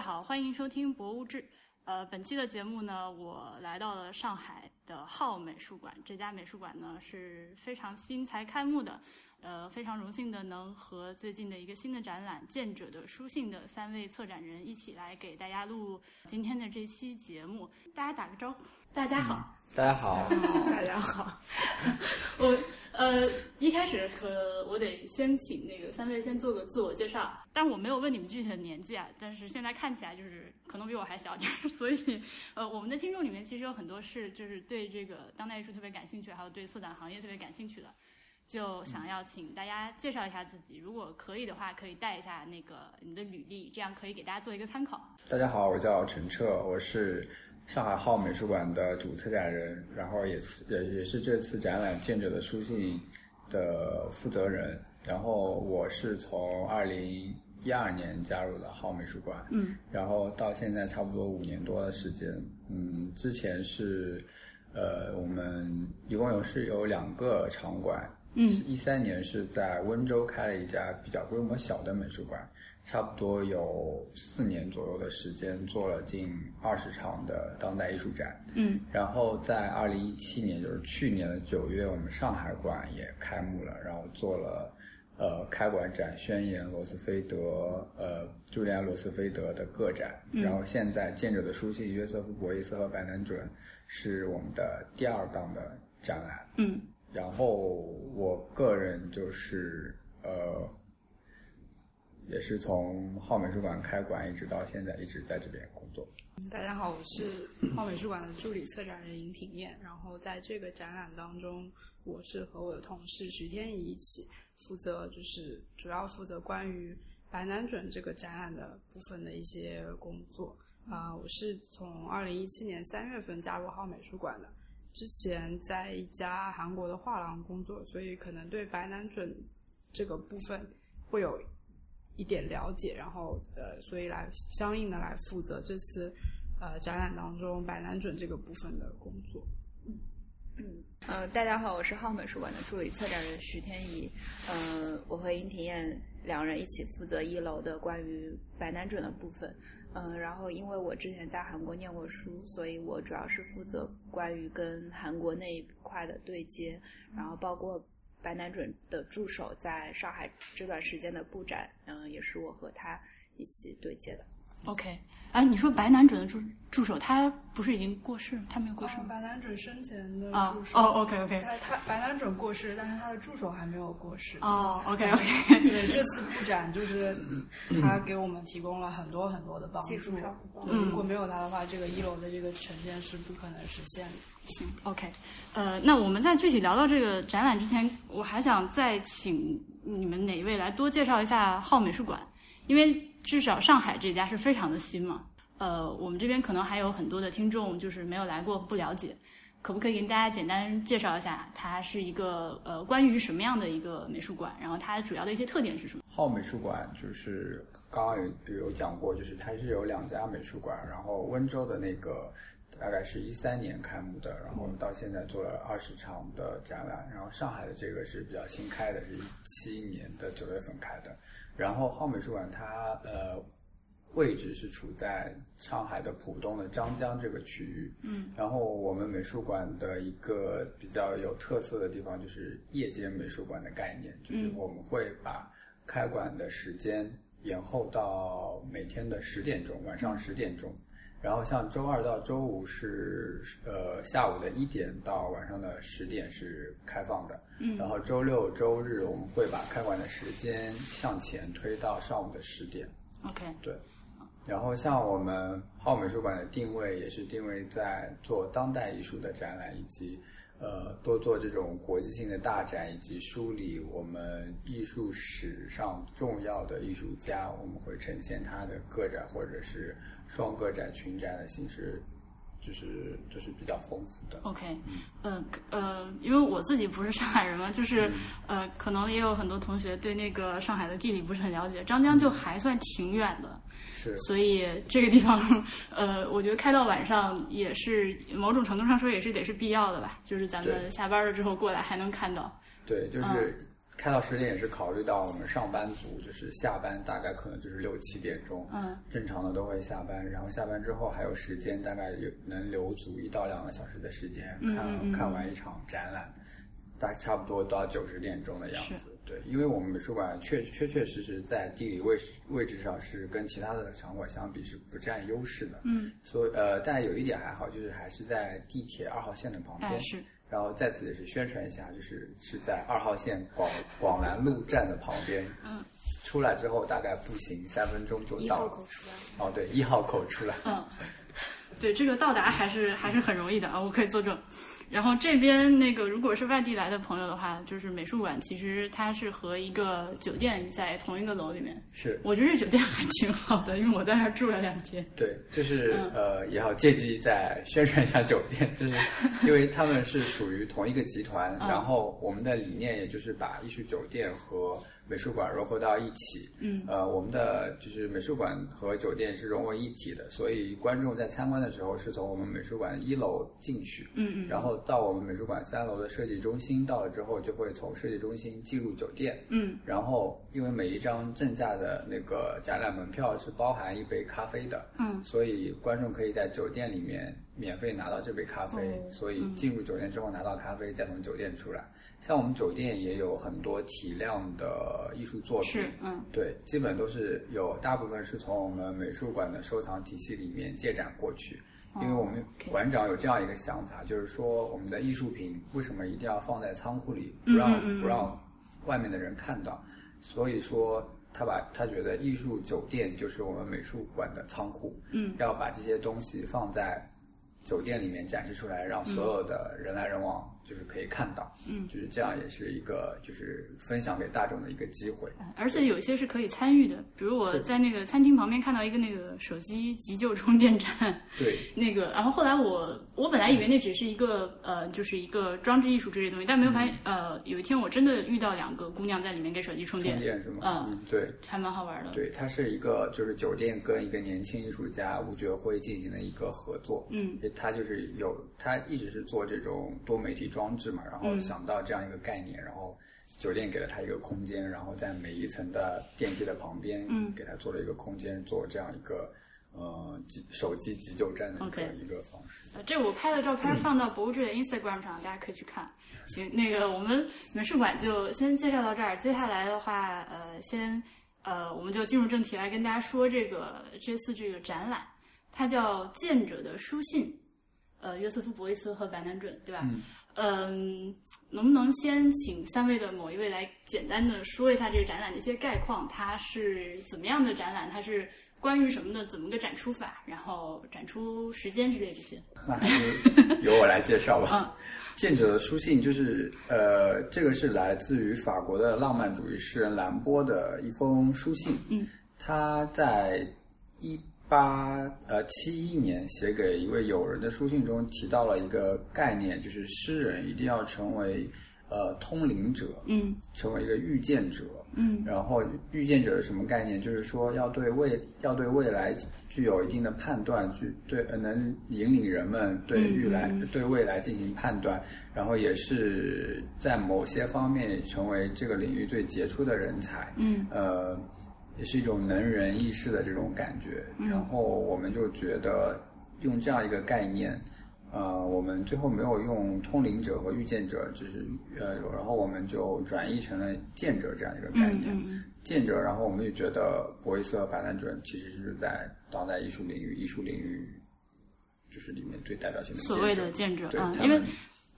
好，欢迎收听《博物志》。呃，本期的节目呢，我来到了上海的浩美术馆。这家美术馆呢是非常新才开幕的，呃，非常荣幸的能和最近的一个新的展览《见者的书信》的三位策展人一起来给大家录今天的这期节目。大家打个招呼。大家好。大家好，大家好。我呃一开始和我得先请那个三位先做个自我介绍，但是我没有问你们具体的年纪啊，但是现在看起来就是可能比我还小点儿， 所以呃我们的听众里面其实有很多是就是对这个当代艺术特别感兴趣，还有对策展行业特别感兴趣的，就想要请大家介绍一下自己，如果可以的话，可以带一下那个你的履历，这样可以给大家做一个参考。大家好，我叫陈澈，我是上海浩美术馆的主策展人，然后也是也也是这次展览《见者的书信》的负责人。然后我是从二零一二年加入的浩美术馆，嗯，然后到现在差不多五年多的时间。嗯，之前是呃，我们一共有是有两个场馆，嗯一三年是在温州开了一家比较规模小的美术馆，差不多有四年左右的时间，做了近二十场的当代艺术展。嗯然后在二零一七年，就是去年的九月，我们上海馆也开幕了，然后做了呃开馆展《宣言》罗斯菲德呃朱利安·罗斯菲德的个展，嗯然后现在《见者的书信》约瑟夫·博伊斯和白南准是我们的第二档的展览。嗯然后我个人就是呃，也是从浩美术馆开馆一直到现在一直在这边工作。大家好，我是浩美术馆的助理策展人尹挺燕。然后在这个展览当中，我是和我的同事徐天怡一起负责，就是主要负责关于白南准这个展览的部分的一些工作。啊、我是从二零一七年三月份加入浩美术馆的，之前在一家韩国的画廊工作，所以可能对白南准这个部分会有一点了解，然后呃，所以来相应的来负责这次呃展览当中白南准这个部分的工作。嗯，大家好，我是浩美术馆的助理策展人徐天怡。嗯，我和殷婷燕两人一起负责一楼的关于白南准的部分。嗯，然后因为我之前在韩国念过书，所以我主要是负责关于跟韩国那一块的对接，然后包括白南准的助手在上海这段时间的布展，嗯，也是我和他一起对接的。 ，OK。哎、你说白南准的助助手他不是已经过世吗？他没有过世吗？白南准生前的啊助手，哦，OK OK。他他白南准过世，但是他的助手还没有过世。 哦，OK OK， 对，这次布展就是他给我们提供了很多很多的帮技助术上的帮。助对如果没有他的话，这个一楼的这个呈现是不可能实现的。行，OK，呃，那我们在具体聊到这个展览之前，我还想再请你们哪一位来多介绍一下浩美术馆，因为至少上海这家是非常的新嘛，呃，我们这边可能还有很多的听众就是没有来过，不了解，可不可以跟大家简单介绍一下，它是一个呃关于什么样的一个美术馆，然后它主要的一些特点是什么？浩美术馆就是刚刚有有讲过，就是它是有两家美术馆，然后温州的那个大概是一三年开幕的，然后到现在做了二十场的展览，然后上海的这个是比较新开的，是一七年的九月份开的，然后浩美术馆它呃位置是处在上海的浦东的张江这个区域。嗯，然后我们美术馆的一个比较有特色的地方就是夜间美术馆的概念，就是我们会把开馆的时间延后到每天的十点钟，晚上十点钟。然后像周二到周五是呃下午的一点到晚上的十点是开放的，嗯，然后周六周日我们会把开馆的时间向前推到上午的十点， OK，对，然后像我们浩美术馆的定位也是定位在做当代艺术的展览，以及呃多做这种国际性的大展，以及梳理我们艺术史上重要的艺术家，我们会呈现他的个展或者是双个展、群展的形式，就是就是比较丰富的。 OK，呃呃，因为我自己不是上海人嘛，就是、嗯呃，可能也有很多同学对那个上海的地理不是很了解，张江就还算挺远的，嗯是所以这个地方，呃，我觉得开到晚上也是某种程度上说也是得是必要的吧，就是咱们对下班了之后过来还能看到。对，就是开到十点也是考虑到我们上班族，就是下班大概可能就是六七点钟，嗯，正常的都会下班，然后下班之后还有时间，大概有能留足一到两个小时的时间看、嗯嗯嗯看完一场展览，大差不多都要九十点钟的样是子。对，因为我们美术馆确确确实实在地理位置位置上是跟其他的场馆相比是不占优势的，嗯，所以呃，但有一点还好，就是还是在地铁二号线的旁边，哎是，然后在此也是宣传一下，就是是在二号线广广兰路站的旁边。嗯。出来之后大概步行三分钟就一到号了口。出来。哦，对，一号口出来。嗯，对，这个到达还是还是很容易的啊，我可以作证。然后这边那个，如果是外地来的朋友的话，就是美术馆，其实它是和一个酒店在同一个楼里面。是我觉得这酒店还挺好的，因为我在那儿住了两天。对，就是、嗯呃，也要借机再宣传一下酒店，就是因为他们是属于同一个集团，嗯然后我们的理念也就是把艺术酒店和美术馆融合到一起。嗯，呃，我们的就是美术馆和酒店是融为一体的，所以观众在参观的时候是从我们美术馆一楼进去，嗯嗯然后到我们美术馆三楼的设计中心，到了之后就会从设计中心进入酒店。嗯然后，因为每一张正价的那个展览门票是包含一杯咖啡的，嗯所以观众可以在酒店里面免费拿到这杯咖啡，哦所以嗯进入酒店之后拿到咖啡，再从酒店出来。像我们酒店也有很多体量的艺术作品是，嗯对，基本都是有大部分是从我们美术馆的收藏体系里面借展过去。因为哦我们馆长有这样一个想法，就是说我们的艺术品为什么一定要放在仓库里，不让嗯嗯嗯不让外面的人看到？所以说他把他觉得艺术酒店就是我们美术馆的仓库，嗯要把这些东西放在酒店里面展示出来，让所有的人来人往就是可以看到，嗯，就是这样也是一个就是分享给大众的一个机会。而且有些是可以参与的，比如我在那个餐厅旁边看到一个那个手机急救充电站，对，那个，然后后来我我本来以为那只是一个呃，就是一个装置艺术之类的东西，但没有发现、嗯呃，有一天我真的遇到两个姑娘在里面给手机充电，充电是吗？嗯嗯，对。还蛮好玩的。对，它是一个就是酒店跟一个年轻艺术家吴觉辉进行的一个合作。嗯，他就是有他一直是做这种多媒体装置嘛，然嗯后想到这样一个概念，然后酒店给了他一个空间，然后在每一层的电梯的旁边，嗯给他做了一个空间，做这样一个呃急手机急救站的一个 OK 一个方式。呃，这我拍的照片放到博物志的 Instagram 上，大家可以去看。行，那个我们美术馆就先介绍到这儿，接下来的话，呃，先呃，我们就进入正题来跟大家说这个这次这个展览，它叫《见者的书信》，呃，约瑟夫·博伊斯和白南准，对吧？嗯嗯，能不能先请三位的某一位来简单的说一下这个展览的一些概况？它是怎么样的展览？它是关于什么的？怎么个展出法？然后展出时间之类这些？那还是啊由我来介绍吧。见者的书信就是呃，这个是来自于法国的浪漫主义诗人兰波的一封书信。嗯，他在一八呃七一年写给一位友人的书信中提到了一个概念，就是诗人一定要成为呃通灵者，嗯成为一个预见者。嗯然后预见者是什么概念？就是说要对未要对未来具有一定的判断，具对呃能引领人们对嗯预来、嗯对未来进行判断，然后也是在某些方面也成为这个领域最杰出的人才。嗯呃，也是一种能人异士的这种感觉。嗯然后我们就觉得用这样一个概念，呃，我们最后没有用通灵者和预见者，就是呃，然后我们就转译成了见者这样一个概嗯念。嗯见者，然后我们就觉得博伊斯和白兰准其实是在当代艺术领域，艺术领域就是里面最代表性的所谓见的者见者对，啊，他因为们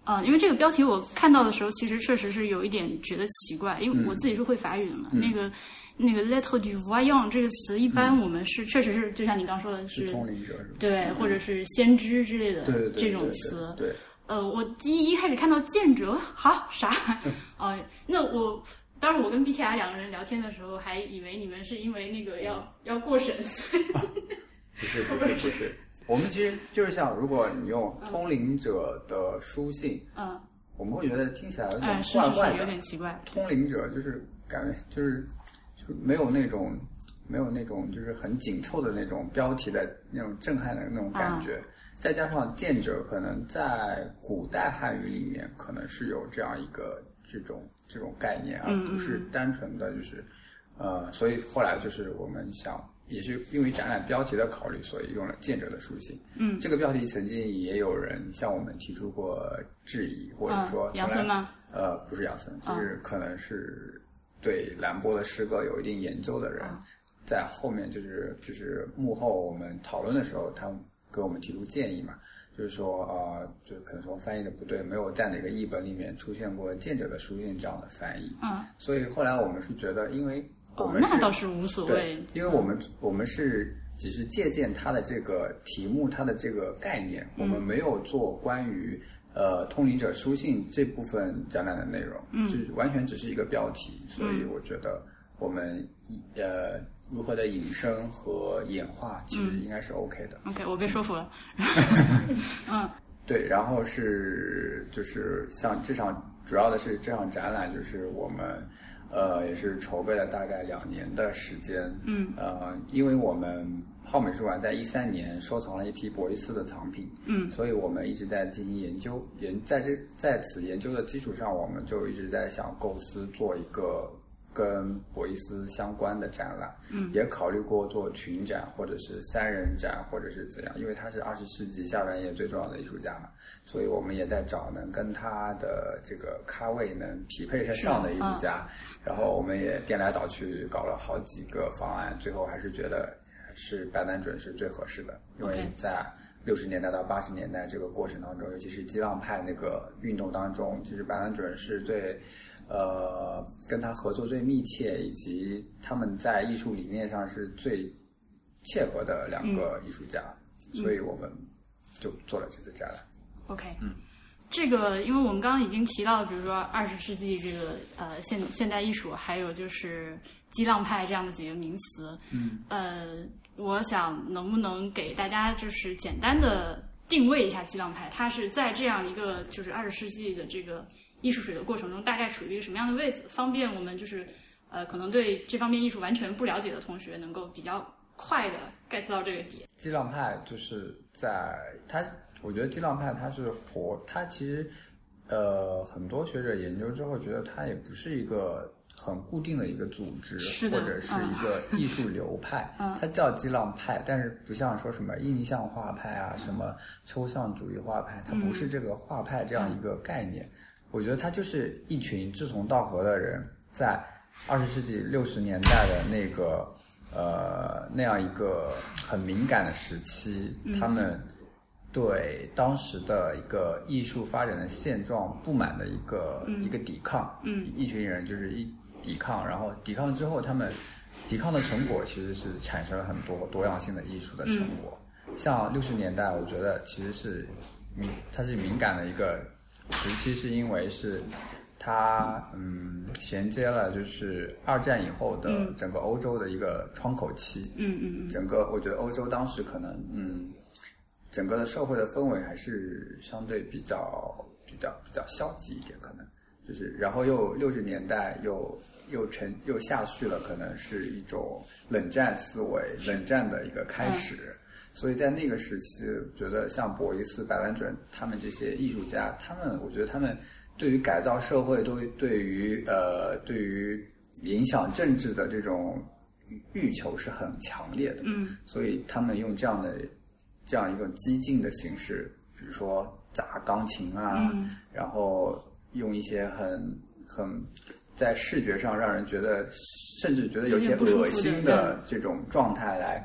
啊，因为这个标题我看到的时候，其实确实是有一点觉得奇怪，嗯因为我自己是会法语的嘛。那个那个 “lettre du voyant” 这个词，一般我们是、确实是，就像你刚说的是通灵者是吧？对，或者是先知之类的对对对这种对词。对，呃，我第一一开始看到见者， 哈啥？哦、那我当时我跟 BTR 两个人聊天的时候，还以为你们是因为那个要、要过审，所以不是不是不是，我们其实就是想，如果你用通灵者的书信，嗯，我们会觉得听起来有哎、点是怪是怪是，有的。点奇怪。通灵者就是感觉就是就没有那种没有那种就是很紧凑的那种标题的那种震撼的那种感啊觉。再加上“见者”可能在古代汉语里面可能是有这样一个这种这种概念，而嗯不是单纯的就是呃，所以后来就是我们想，也是因为展览标题的考虑，所以用了“见者的书信”。嗯这个标题曾经也有人向我们提出过质疑，或者说嗯，从来杨森吗？哦呃，不是杨森，就是可能是对兰波的诗歌有一定研究的人，哦啊在后面就是就是幕后我们讨论的时候，他们给我们提出建议嘛，就是说呃，就是可能说翻译的不对，没有在哪个译本里面出现过“见者的书信”这样的翻译，嗯，所以后来我们是觉得，因为我哦，们是、那倒是无所谓对，，因为我们我们是只是借鉴它的这个题目，它的这个概念，嗯我们没有做关于呃通灵者书信这部分展览的内容，嗯，是完全只是一个标题，所以嗯我觉得我们呃如何的引申和演化，其嗯实应该是 OK 的。 OK，我被说服了。对，然后是就是像这场主要的是这场展览，就是我们呃也是筹备了大概两年的时间，嗯，呃，因为我们浩美术馆在一三年收藏了一批博伊斯的藏品，嗯，所以我们一直在进行研究，研在这在此研究的基础上，我们就一直在想构思做一个跟博伊斯相关的展览，嗯，也考虑过做群展或者是三人展或者是怎样，因为他是二十世纪下半叶最重要的艺术家嘛，所以我们也在找能跟他的这个咖位能匹配得上的艺术家，然后我们也颠来倒去搞了好几个方案，最后还是觉得是白南准是最合适的，因为 OK 在六十年代到八十年代这个过程当中，尤其是激浪派那个运动当中，其实白南准是最呃跟他合作最密切，以及他们在艺术理念上是最切合的两个艺术家，所以我们就做了这次展览。 OK，这嗯个因为我们刚刚已经提到，比如说二十世纪这个呃现现代艺术，还有就是激浪派这样的几个名词，嗯，呃，我想能不能给大家就是简单的定位一下激浪派，它是在这样一个就是二十世纪的这个艺术史的过程中，大概处于一个什么样的位置，方便我们就是呃可能对这方面艺术完全不了解的同学能够比较快的 get 到这个点。激浪派就是在他，我觉得激浪派他是活，他其实呃很多学者研究之后觉得他也不是一个很固定的一个组织，是的嗯或者是一个艺术流 派，它叫激浪派，但是不像说什么印象画派啊，什么抽象主义画派，它不嗯是这个画派这样一个概念。我觉得他就是一群志同道合的人，在二十世纪六十年代的那个呃那样一个很敏感的时期，他们对当时的一个艺术发展的现状不满的一个、一个抵抗，嗯，一群人就是一抵抗，然后抵抗之后，他们抵抗的成果其实是产生了很多多样性的艺术的成果。像六十年代，我觉得其实是敏，它是敏感的一个时期，是因为是它嗯衔接了就是二战以后的整个欧洲的一个窗口期。嗯嗯嗯，整个我觉得欧洲当时可能嗯，整个的社会的氛围还是相对比较比较比较消极一点，可能就是然后又六十年代又又沉又下去了，可能是一种冷战思维，冷战的一个开始。所以在那个时期，我觉得像博伊斯、白兰准他们这些艺术家，他们我觉得他们对于改造社会，都对于呃对于影响政治的这种欲求是很强烈的。嗯，所以他们用这样的这样一个激进的形式，比如说砸钢琴啊，嗯然后用一些很很在视觉上让人觉得甚至觉得有些有点不舒服恶心的嗯的这种状态来。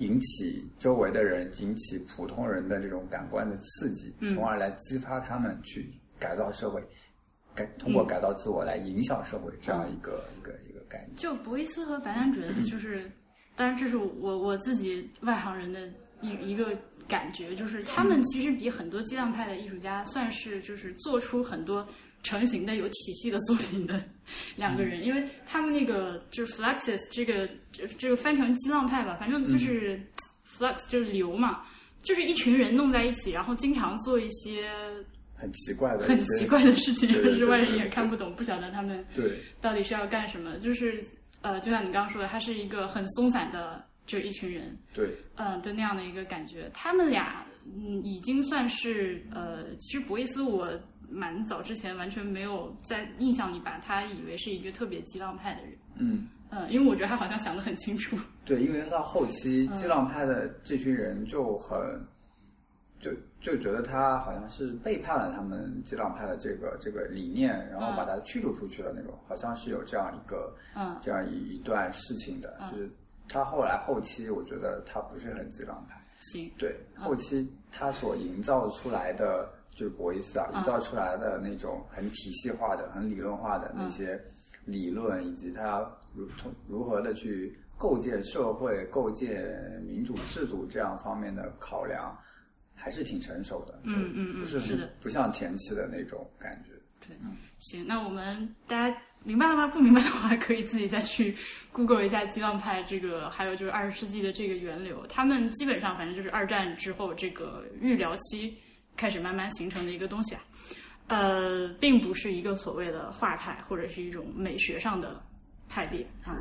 引起周围的人，引起普通人的这种感官的刺激，嗯从而来激发他们去改造社会，改通过改造自我来影响社会这样一个、一个一个概念。就博伊斯和白南准，就是，当然这是我我自己外行人的一一个感觉，就是他们其实比很多激浪派的艺术家算是就是做出很多成型的有体系的作品的两个嗯人，因为他们那个就是 Fluxus 这个这这个翻成激浪派吧，反正嗯就是、Flux 就是流嘛，就是一群人弄在一起，然后经常做一些很奇怪的，很奇怪的事情，对对对是外人对也对看不懂，不晓得他们对，到底是要干什么？就是呃，就像你刚刚说的，他是一个很松散的，就是一群人，对，嗯、的那样呃的一个感觉。他们俩嗯，已经算是呃，其实博伊斯我蛮早之前完全没有在印象里把他以为是一个特别激浪派的人。嗯，嗯，因为我觉得他好像想得很清楚。对，因为到后期嗯激浪派的这群人就很，就就觉得他好像是背叛了他们激浪派的这个这个理念，然后把他驱逐出去了那种，好像是有这样一个嗯这样一一段事情的，嗯就是他后来后期我觉得他不是很激浪派。行，对，后期他所营造出来的就是博伊斯啊，嗯营造出来的那种很体系化的、很理论化的嗯那些理论，以及他如同如何的去构建社会、构建民主制度这样方面的考量，还是挺成熟的。嗯嗯嗯，就不是的，，不像前期的那种感觉。行，那我们大家明白了吗？不明白的话，可以自己再去 Google 一下激浪派这个，还有就是二十世纪的这个源流。他们基本上反正就是二战之后这个预疗期开始慢慢形成的一个东西啊。呃，并不是一个所谓的画派或者是一种美学上的派别啊，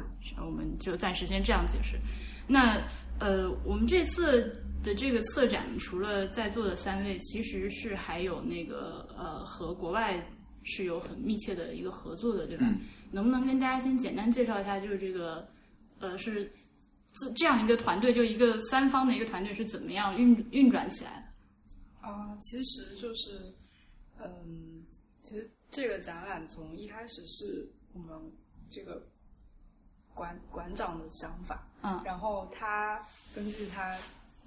我们就暂时先这样解释。那呃，我们这次的这个策展，除了在座的三位，其实是还有那个呃和国外是有很密切的一个合作的，对吧？嗯能不能跟大家先简单介绍一下，就是这个呃是这这样一个团队，就一个三方的一个团队是怎么样运运转起来的？啊、其实就是，嗯，其实这个展览从一开始是我们这个馆馆长的想法，嗯然后他根据他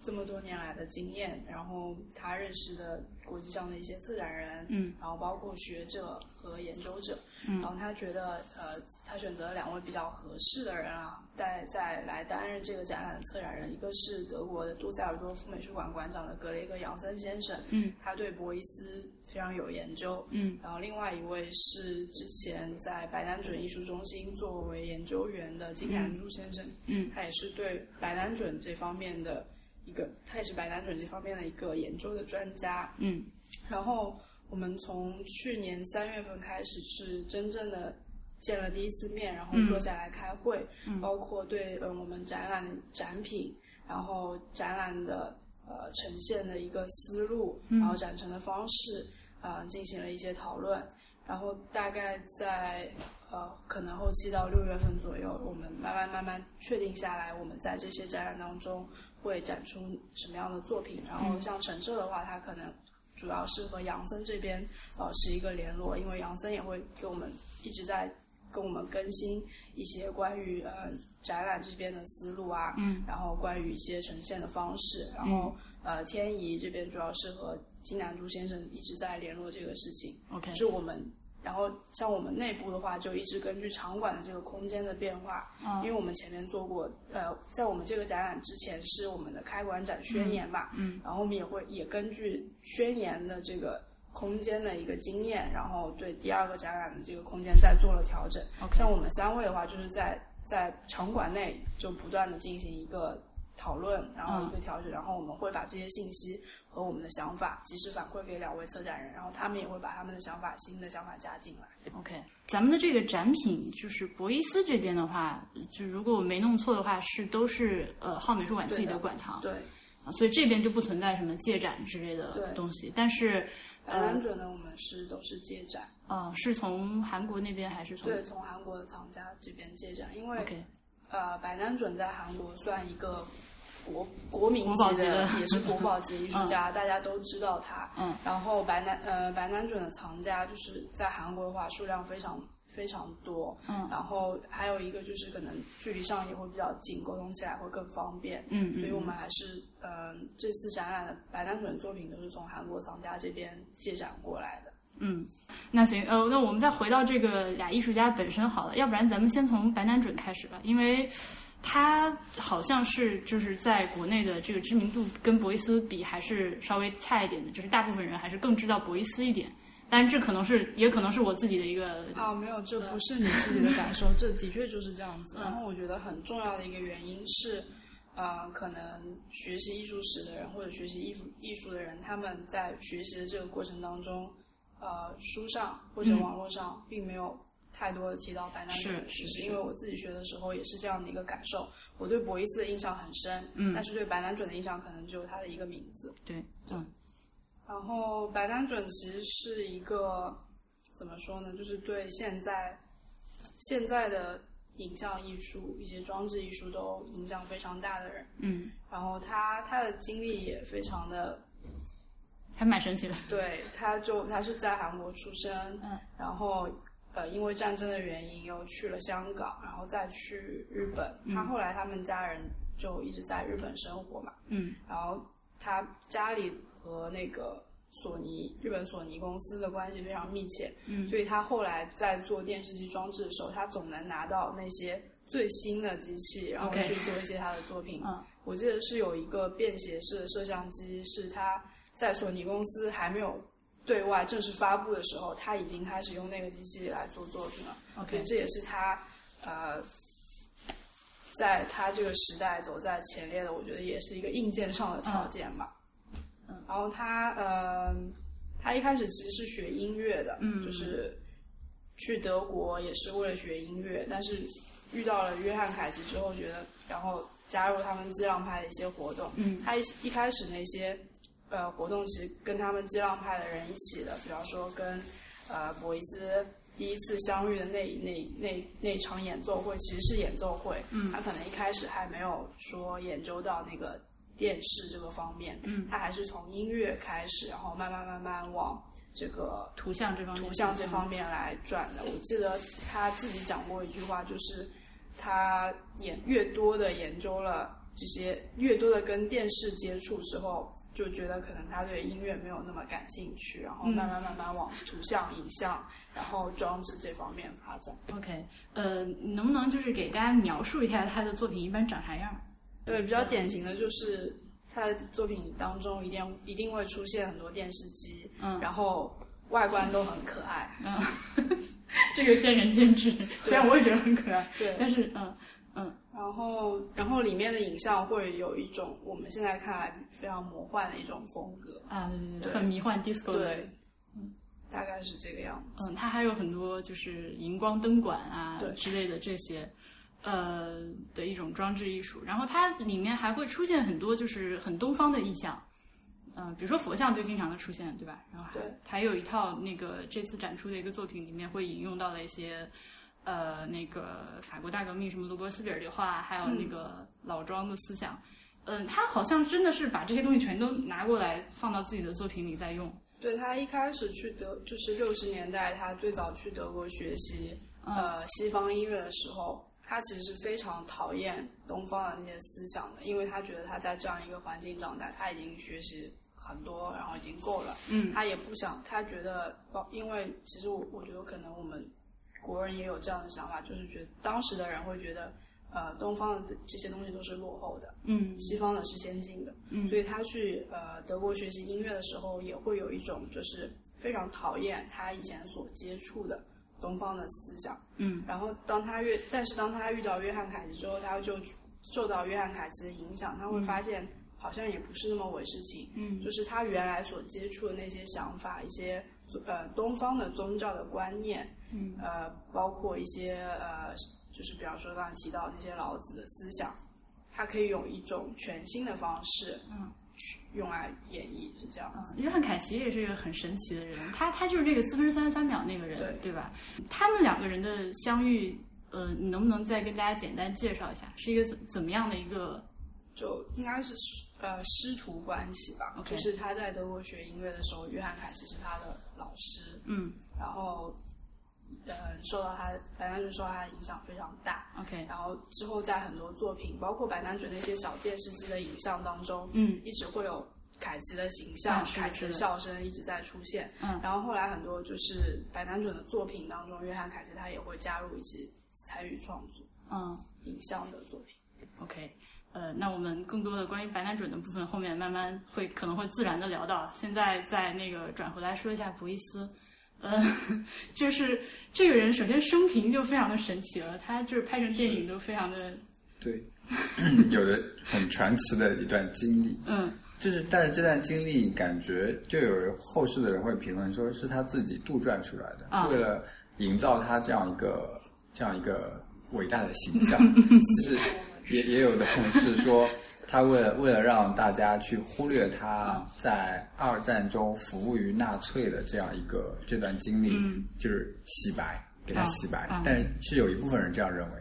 这么多年来的经验，然后他认识的国际上的一些策展人，嗯，然后包括学者和研究者，嗯然后他觉得呃，他选择了两位比较合适的人啊，再再来担任这个展览的策展人，一个是德国的杜塞尔多夫美术馆馆长的格雷格·杨森先生，嗯，他对博伊斯非常有研究，嗯然后另外一位是之前在白南准艺术中心作为研究员的金南柱先生，嗯他也是对白南准这方面的一个，他也是白南准这方面的一个研究的专家。嗯然后我们从去年三月份开始是真正的见了第一次面，然后嗯坐下来开会，嗯包括对嗯我们展览的展品，然后展览的呃呈现的一个思路，嗯然后展陈的方式，呃进行了一些讨论，然后大概在呃可能后期到六月份左右，我们慢慢慢慢确定下来，我们在这些展览当中会展出什么样的作品，然后嗯像陈设的话，它可能。主要是和杨森这边保持一个联络，因为杨森也会给我们一直在跟我们更新一些关于呃展览这边的思路啊，嗯然后关于一些呈现的方式，然后、呃天怡这边主要是和金南珠先生一直在联络这个事情， ，OK，是我们。然后像我们内部的话，就一直根据场馆的这个空间的变化，嗯因为我们前面做过，呃，在我们这个展览之前是我们的开馆展宣言嘛，嗯然后我们也会也根据宣言的这个空间的一个经验，然后对第二个展览的这个空间再做了调整。 ，OK，像我们三位的话，就是在在场馆内就不断的进行一个讨论，然后嗯一个调整，然后我们会把这些信息和我们的想法及时反馈给两位策展人，然后他们也会把他们的想法、新的想法加进来。 OK，咱们的这个展品就是博伊斯这边的话，就如果我没弄错的话，是都是呃浩美术馆自己对的的馆藏，对，啊所以这边就不存在什么借展之类的对东西。但是白兰准呢，我们是都是借展，呃，是从韩国那边还是从对，从韩国的藏家这边借展，因为 OK 呃，白南准在韩国算一个国国民国宝级级的也是国宝级艺术家，大家都知道他。嗯。然后白南呃白南准的藏家就是在韩国的话数量非常非常多。嗯然后还有一个就是可能距离上也会比较近，沟通起来会更方便。嗯所以嗯我们还是嗯、呃这次展览的白南准作品都是从韩国藏家这边借展过来的。嗯，那行呃，那我们再回到这个俩艺术家本身好了，要不然咱们先从白南准开始吧，因为他好像是就是在国内的这个知名度跟博伊斯比还是稍微差一点的，就是大部分人还是更知道博伊斯一点。但是这可能是，也可能是我自己的一个啊，没有，这不是你自己的感 受，这的确就是这样子。嗯然后我觉得很重要的一个原因是，呃，可能学习艺术史的人或者学习艺术艺术的人，他们在学习的这个过程当中，呃，书上或者嗯网络上并没有太多的提到白南是准的是知识，是因为我自己学的时候也是这样的一个感受。我对博伊斯的印象很深，嗯但是对白南准的印象可能只有他的一个名字。对，嗯然后白单准其实是一个怎么说呢？就是对现在现在的影像艺术、一些装置艺术都影响非常大的人。嗯，然后他他的经历也非常的还蛮神奇的。对，他就他是在韩国出生，嗯，然后呃，因为战争的原因又去了香港，然后再去日本。他后来他们家人就一直在日本生活嘛，嗯然后他家里和那个索尼日本索尼公司的关系非常密切，嗯所以他后来在做电视机装置的时候，他总能拿到那些最新的机器，然后 OK 去做一些他的作品。嗯我记得是有一个便携式的摄像机，是他在索尼公司还没有对外正式发布的时候，他已经开始用那个机器来做作品了。所以，OK，这也是他呃，在他这个时代走在前列的，我觉得也是一个硬件上的条件吧。嗯然后他呃，他一开始其实是学音乐的，嗯就是去德国也是为了学音乐，但是遇到了约翰凯奇之后，觉得然后加入他们激浪派的一些活动，嗯他一一开始那些呃活动，其实跟他们激浪派的人一起的，比方说跟呃博伊斯第一次相遇的那那那那场演奏会，其实是演奏会，嗯他可能一开始还没有说研究到那个电视这个方面，嗯他还是从音乐开始，然后慢慢慢慢往这个图像这方面，图像这方面来转的。我记得他自己讲过一句话，就是他研越多的研究了这些，越多的跟电视接触之后，就觉得可能他对音乐没有那么感兴趣，然后慢慢慢慢往图像、影像，然后装置这方面发展。 OK，呃，能不能就是给大家描述一下他的作品一般长啥样？对，比较典型的就是他的作品当中一定一定会出现很多电视机，嗯然后外观都很可爱，嗯， 这个见仁见智，虽然我也觉得很可爱，对但是嗯嗯然后，然后里面的影像会有一种我们现在看来非常魔幻的一种风格，啊，对对对，对很迷幻 disco 的对，嗯大概是这个样子。嗯，它还有很多就是荧光灯管啊对之类的这些，呃的一种装置艺术。然后它里面还会出现很多就是很东方的意象，呃，比如说佛像就经常的出现，对吧？然后还对还有一套那个这次展出的一个作品里面会引用到的一些。呃，那个法国大革命，什么罗伯斯庇尔的话，还有那嗯个老庄的思想，嗯、他好像真的是把这些东西全都拿过来放到自己的作品里在用，对他一开始去德，就是六十年代他最早去德国学习、呃西方音乐的时候，他其实是非常讨厌东方的那些思想的，因为他觉得他在这样一个环境长大，他已经学习很多，然后已经够了。嗯他也不想，他觉得，哦因为其实我我觉得可能我们国人也有这样的想法，就是觉得当时的人会觉得，呃，东方的这些东西都是落后的，嗯西方的是先进的，嗯所以他去呃德国学习音乐的时候，也会有一种就是非常讨厌他以前所接触的东方的思想。嗯然后当他越，但是当他遇到约翰凯奇之后，他就受到约翰凯奇的影响，他会发现好像也不是那么回事情。嗯就是他原来所接触的那些想法，一些呃东方的宗教的观念，嗯呃，包括一些呃，就是比方说刚才提到那些老子的思想，他可以用一种全新的方式，嗯，去用来演绎，是这样。嗯，约翰凯奇也是一个很神奇的人，他他就是这个四分之三十三秒那个人，对吧？他们两个人的相遇，呃，你能不能再跟大家简单介绍一下，是一个怎怎么样的一个？就应该是师呃师徒关系吧 OK 就是他在德国学音乐的时候，约翰凯奇是他的老师，嗯然后呃受到他，反正就受到他的影响非常大。 ，OK，然后之后在很多作品，包括白南准那些小电视机的影像当中，嗯一直会有凯奇的形象、啊是的凯奇的是的笑声一直在出现。嗯然后后来很多就是白南准的作品当中，约翰凯奇他也会加入一起参与创作嗯影像的作品。 ，OK，呃，那我们更多的关于白南准的部分，后面慢慢会可能会自然的聊到。现在再那个转回来说一下博伊斯。呃， 就是这个人，首先生平就非常的神奇了，他就是拍成电影都非常的，对， 有的很传奇的一段经历。嗯就是，但是这段经历感觉就有后世的人会评论说是他自己杜撰出来的，啊为了营造他这样一个 这样一个伟大的形象，就是也也有的同事说他为了为了让大家去忽略嗯他在二战中服务于纳粹的这样一个这段经历，嗯就是洗白，给他洗白。嗯嗯但是是有一部分人这样认为，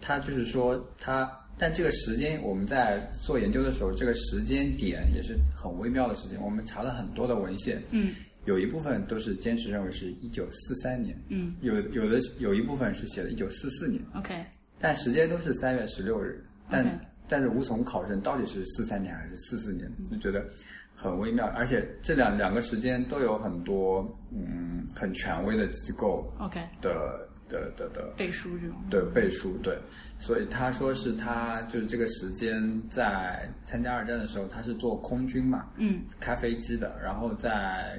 他就是说他，但这个时间我们在做研究的时候，这个时间点也是很微妙的事情。我们查了很多的文献，嗯有一部分都是坚持认为是一九四三年，嗯有有的有一部分是写的一九四四年。 ，OK，但时间都是三月十六日，但 OK 但是无从考证到底是四三年还是四四年，就觉得很微妙。而且这两两个时间都有很多嗯很权威的机构 OK，的的的的背书这种。对背书，对，所以他说是他就是这个时间在参加二战的时候，他是做空军嘛，嗯开飞机的，然后在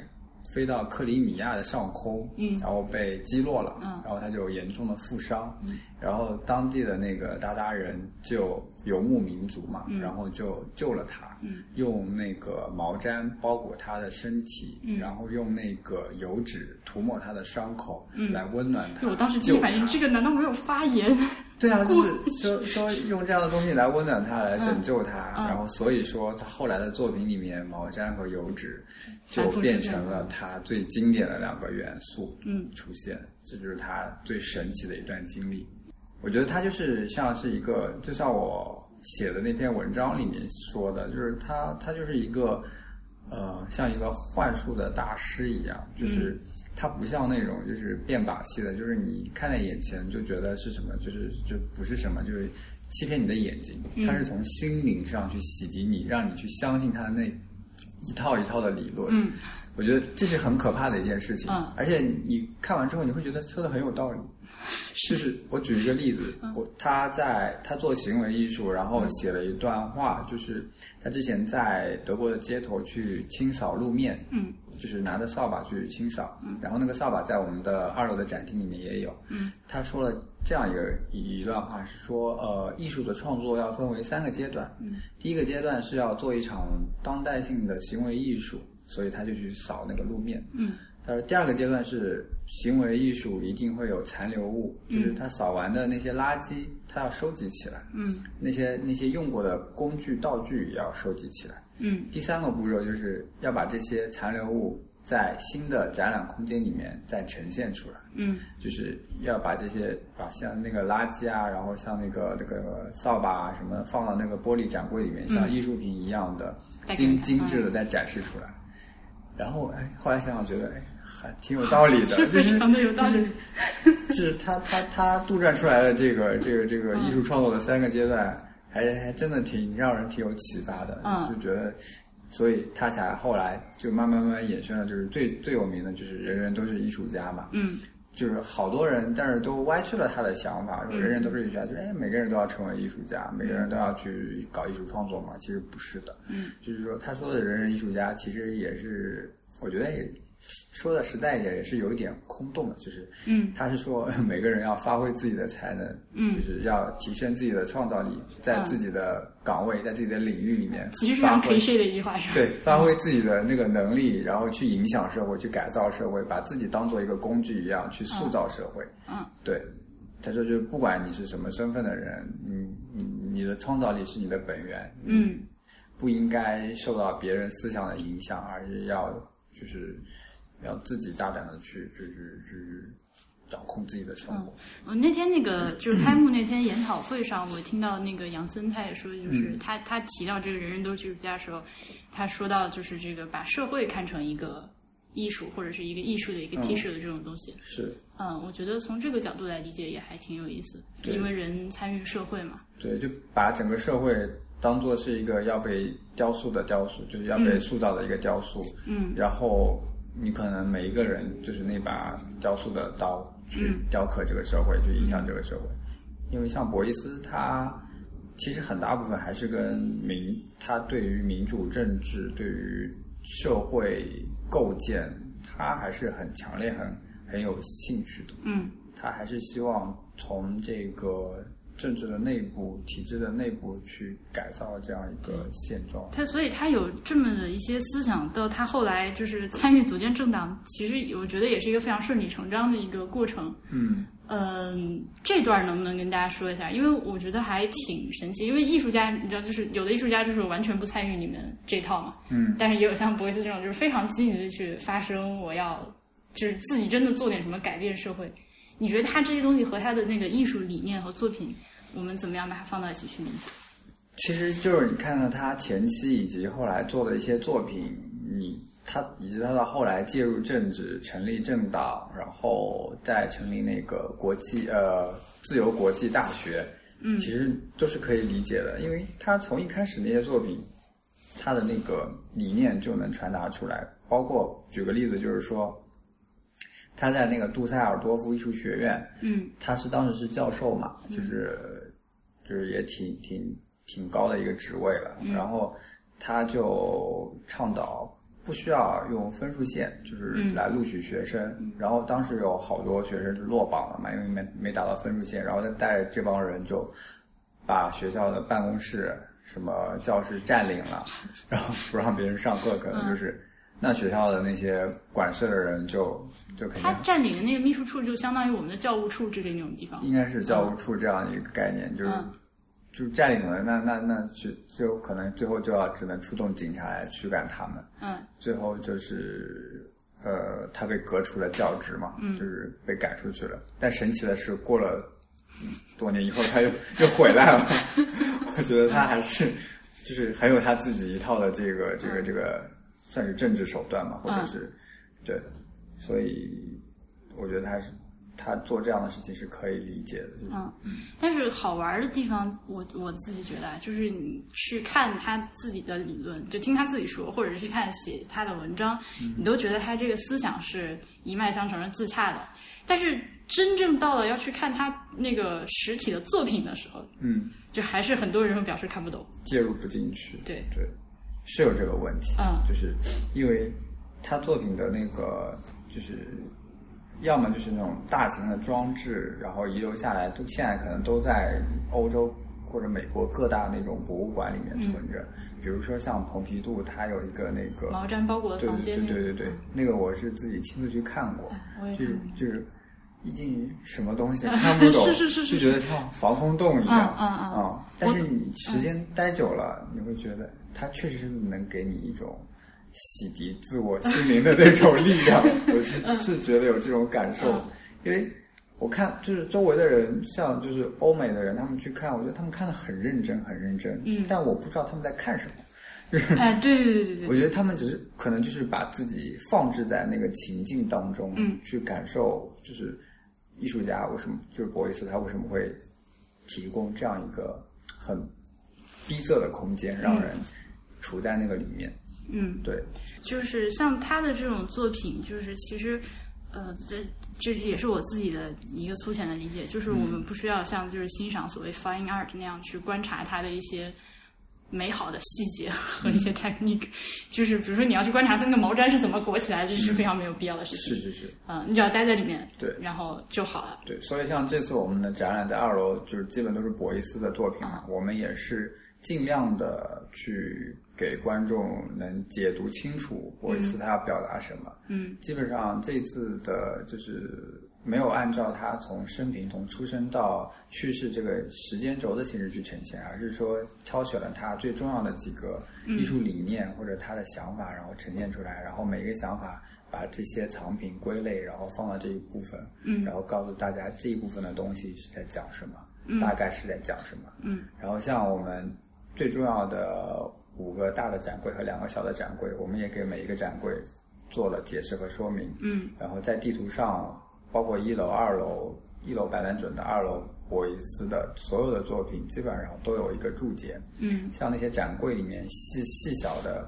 飞到克里米亚的上空，嗯然后被击落了，嗯然后他就有严重的负伤，然后当地的那个鞑靼人就游牧民族嘛，嗯然后就救了他，嗯用那个毛毡包裹他的身体，嗯然后用那个油脂涂抹他的伤口，嗯来温暖他。对，我当时第救一反应，他这个难道没有发炎？对啊，就是说说用这样的东西来温暖他，来拯救他，嗯然后所以说他后来的作品里面，毛毡和油脂就反复出现变成了他最经典的两个元素嗯出现，这就是他最神奇的一段经历。我觉得他就是像是一个，就像我写的那篇文章里面说的，就是他他就是一个呃，像一个幻术的大师一样，就是嗯他不像那种就是变把戏的，就是你看在眼前就觉得是什么，就是就不是什么，就是欺骗你的眼睛。嗯他是从心灵上去洗涤你，让你去相信他的那一套一套的理论。嗯，我觉得这是很可怕的一件事情。嗯而且你看完之后，你会觉得说的很有道理。就是我举一个例子，我他在他做行为艺术，然后写了一段话，就是他之前在德国的街头去清扫路面，嗯就是拿着扫把去清扫，然后那个扫把在我们的二楼的展厅里面也有。嗯他说了这样一个一一段话，是说呃，艺术的创作要分为三个阶段。嗯第一个阶段是要做一场当代性的行为艺术，所以他就去扫那个路面。嗯他说第二个阶段是行为艺术一定会有残留物，就是他扫完的那些垃圾，他要收集起来，嗯那些那些用过的工具道具也要收集起来。嗯第三个步骤就是要把这些残留物在新的展览空间里面再呈现出来，嗯就是要把这些把像那个垃圾啊，然后像那个那个扫把啊什么放到那个玻璃展柜里面，像艺术品一样的嗯再给嗯精人看精致的再展示出来。然后哎，后来想想觉得哎，还 挺有道理的，就非是常的有道理。就是他他他杜撰出来的这个这个这个艺术创作的三个阶段，还还真的挺让人挺有启发的，嗯就觉得，所以他才后来就慢慢慢慢衍生了，就是最最有名的就是人人都是艺术家嘛，嗯就是好多人，但是都歪曲了他的想法，嗯说人人都是艺术家，就是哎，每个人都要成为艺术家，每个人都要去搞艺术创作嘛。其实不是的，嗯，就是说他说的人人艺术家，其实也是，我觉得也说的实在一点，也是有一点空洞的，就是嗯他是说 每个人要发挥自己的才能，嗯就是要提升自己的创造力，在嗯自己的岗位，在自己的领域里面，其实非发常挥。 cliche 的一句话是吧？对，发挥自己的那个能力，然后去影响社会，去改造社会，把自己当做一个工具一样去塑造社会。嗯对，他说就是不管你是什么身份的人，你你你的创造力是你的本源，嗯不应该受到别人思想的影响，而是要就是要自己大胆的去去去去掌控自己的生活。我那天那个就是开幕那天研讨会上，我听到那个杨森他也说，就是嗯他他提到这个人人都是艺术家的时候，他说到就是这个把社会看成一个艺术或者是一个艺术的一个嗯 T 恤的这种东西。是嗯，我觉得从这个角度来理解也还挺有意思，对因为人参与社会嘛。对，就把整个社会当做是一个要被雕塑的雕塑，就是要被嗯塑造的一个雕塑。嗯然后你可能每一个人就是那把雕塑的刀去嗯雕刻这个社会，去影响这个社会。因为像博伊斯，他其实很大部分还是跟民，他对于民主政治、对于社会构建，他还是很强烈、很很有兴趣的。嗯他还是希望从这个政治的内部、体制的内部去改造这样一个现状。他所以他有这么的一些思想，到他后来就是参与组建政党，其实我觉得也是一个非常顺理成章的一个过程。嗯，嗯，这段能不能跟大家说一下？因为我觉得还挺神奇，因为艺术家你知道，就是有的艺术家就是完全不参与你们这套嘛，嗯，但是也有像博伊斯这种就是非常积极的去发声，我要就是自己真的做点什么改变社会。你觉得他这些东西和他的那个艺术理念和作品，我们怎么样把它放到一起去理解？其实就是你看到他前期以及后来做的一些作品，你他以及他到后来介入政治、成立政党，然后再成立那个国际呃自由国际大学，嗯其实都是可以理解的，因为他从一开始那些作品，他的那个理念就能传达出来。包括举个例子，就是说他在那个杜塞尔多夫艺术学院，嗯他是当时是教授嘛，就是就是也挺挺挺高的一个职位了。嗯然后他就倡导不需要用分数线，就是嗯来录取学生。然后当时有好多学生是落榜了嘛，因为没没达到分数线，然后他带着这帮人就把学校的办公室。什么教室占领了，然后不让别人上课，可能嗯就是、那学校的那些管事的人就就肯定他占领的那个秘书处就相当于我们的教务处之类那种地方应。该是教务处这样一个概念，就是、嗯就占领了，那那那就就可能最后就要只能出动警察来驱赶他们，嗯最后就是呃，他被革除了教职嘛，嗯就是被赶出去了。但神奇的是，过了嗯多年以后，他又 又回来 了。我觉得他还是就是很有他自己一套的这个这个这个，算是政治手段嘛，或者嗯是对，所以我觉得他是他做这样的事情是可以理解的，就是嗯，但是好玩的地方，我我自己觉得啊，就是你去看他自己的理论，就听他自己说，或者是去看写他的文章，嗯你都觉得他这个思想是一脉相承、是自洽的。但是真正到了要去看他那个实体的作品的时候，嗯，就还是很多人会表示看不懂。介入不进去，对，对，是有这个问题，嗯就是因为他作品的那个就是。要么就是那种大型的装置，然后遗留下来，都现在可能都在欧洲或者美国各大那种博物馆里面存着。比如说像蓬皮杜，他有一个那个嗯毛毡包裹的对房对间对那对个，对对，那个我是自己亲自去看过，我也就看是过。 就是一进什么东西看不懂，嗯 是是是就觉得像防空洞一样，嗯嗯嗯啊！但是你时间待久了，你会觉得它确实能给你一种洗涤自我心灵的那种力 量，我嗯是是觉得有这种感受，因为。我看就是周围的人，像就是欧美的人，他们去看，我觉得他们看的很认真，很认真。嗯但我不知道他们在看什么。哎，对对对对我对，觉得他们只是可能就是把自己放置在那个情境当中，嗯去感受，就是艺术家为什么就是博伊斯他为什么会提供这样一个很逼仄的空间，让人处在那个里面。嗯。对，就是像他的这种作品，就是其实，呃，这这也是我自己的一个粗浅的理解，就是我嗯们不需要像就是欣赏所谓 fine art 那样去观察它的一些美好的细节和一嗯些 technique，、就是比如说你要去观察它那个毛毡是怎么裹起来的，这是非常没有必要的事是情。是是，嗯、你只要待在里面，对然后就好了。对。所以像这次我们的展览在二楼，就是基本都是博伊斯的作品啊嘛，我们也是尽量的去给观众能解读清楚博伊斯他要表达什么。嗯基本上这次的就是没有按照他从生平从出生到去世这个时间轴的形式去呈现，而是说挑选了他最重要的几个艺术理念或者他的想法，然后呈现出来，然后每个想法把这些藏品归类，然后放到这一部分，嗯然后告诉大家这一部分的东西是在讲什么，嗯大概是在讲什么。嗯然后像我们最重要的五个大的展柜和两个小的展柜，我们也给每一个展柜做了解释和说明。嗯然后在地图上，包括一楼、二楼，一楼白兰准的，二楼博伊斯的所有的作品，基本上都有一个注解。嗯像那些展柜里面细细小的，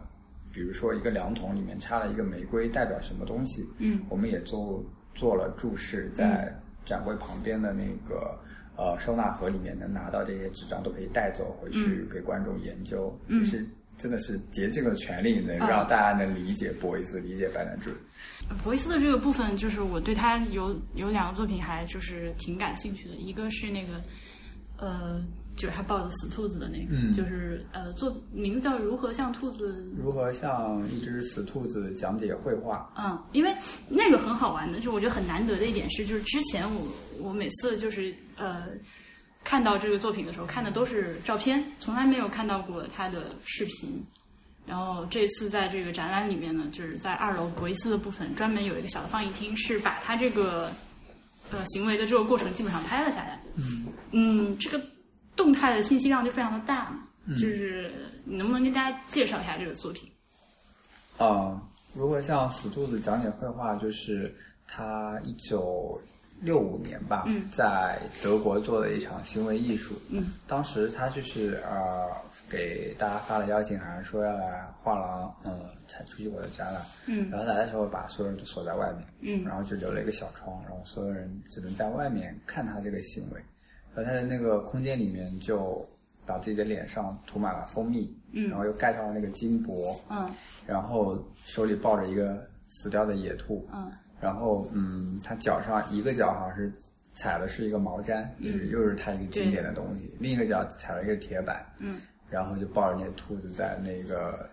比如说一个量筒里面插了一个玫瑰，代表什么东西，嗯我们也做做了注释，在展柜旁边的那个呃收纳盒里面能拿到这些纸张都可以带走回去给观众研究，嗯就是真的是竭尽了全力能啊让大家能理解博伊斯，理解白兰准。呃博伊斯的这个部分，就是我对他有有两个作品还就是挺感兴趣的，一个是那个呃，就是他抱着死兔子的那个，嗯就是呃，作名字叫《如何像兔子如何向一只死兔子讲解绘画？嗯，因为那个很好玩的，就是我觉得很难得的一点是，就是之前我我每次就是呃看到这个作品的时候，看的都是照片，从来没有看到过它的视频。然后这次在这个展览里面呢，就是在二楼博伊斯的部分，专门有一个小的放映厅，是把它这个呃行为的这个过程基本上拍了下来。嗯嗯，这个动态的信息量就非常的大嘛，嗯就是你能不能跟大家介绍一下这个作品？啊、如何向死兔子讲解绘画？就是他一九六五年吧，嗯在德国做的一场行为艺术。嗯，当时他就是呃给大家发了邀请函，说要来画廊，嗯，才出席我的展览。嗯然后来的时候把所有人都锁在外面，嗯然后就留了一个小窗，然后所有人只能在外面看他这个行为。然后他的那个空间里面就把自己的脸上涂满了蜂蜜，嗯然后又盖上了那个金箔，嗯然后手里抱着一个死掉的野兔，嗯然后嗯，他脚上一个脚好像是踩的是一个毛毡，就是又是他一个经典的东西，另一个脚踩了一个铁板，嗯然后就抱着那兔子在那个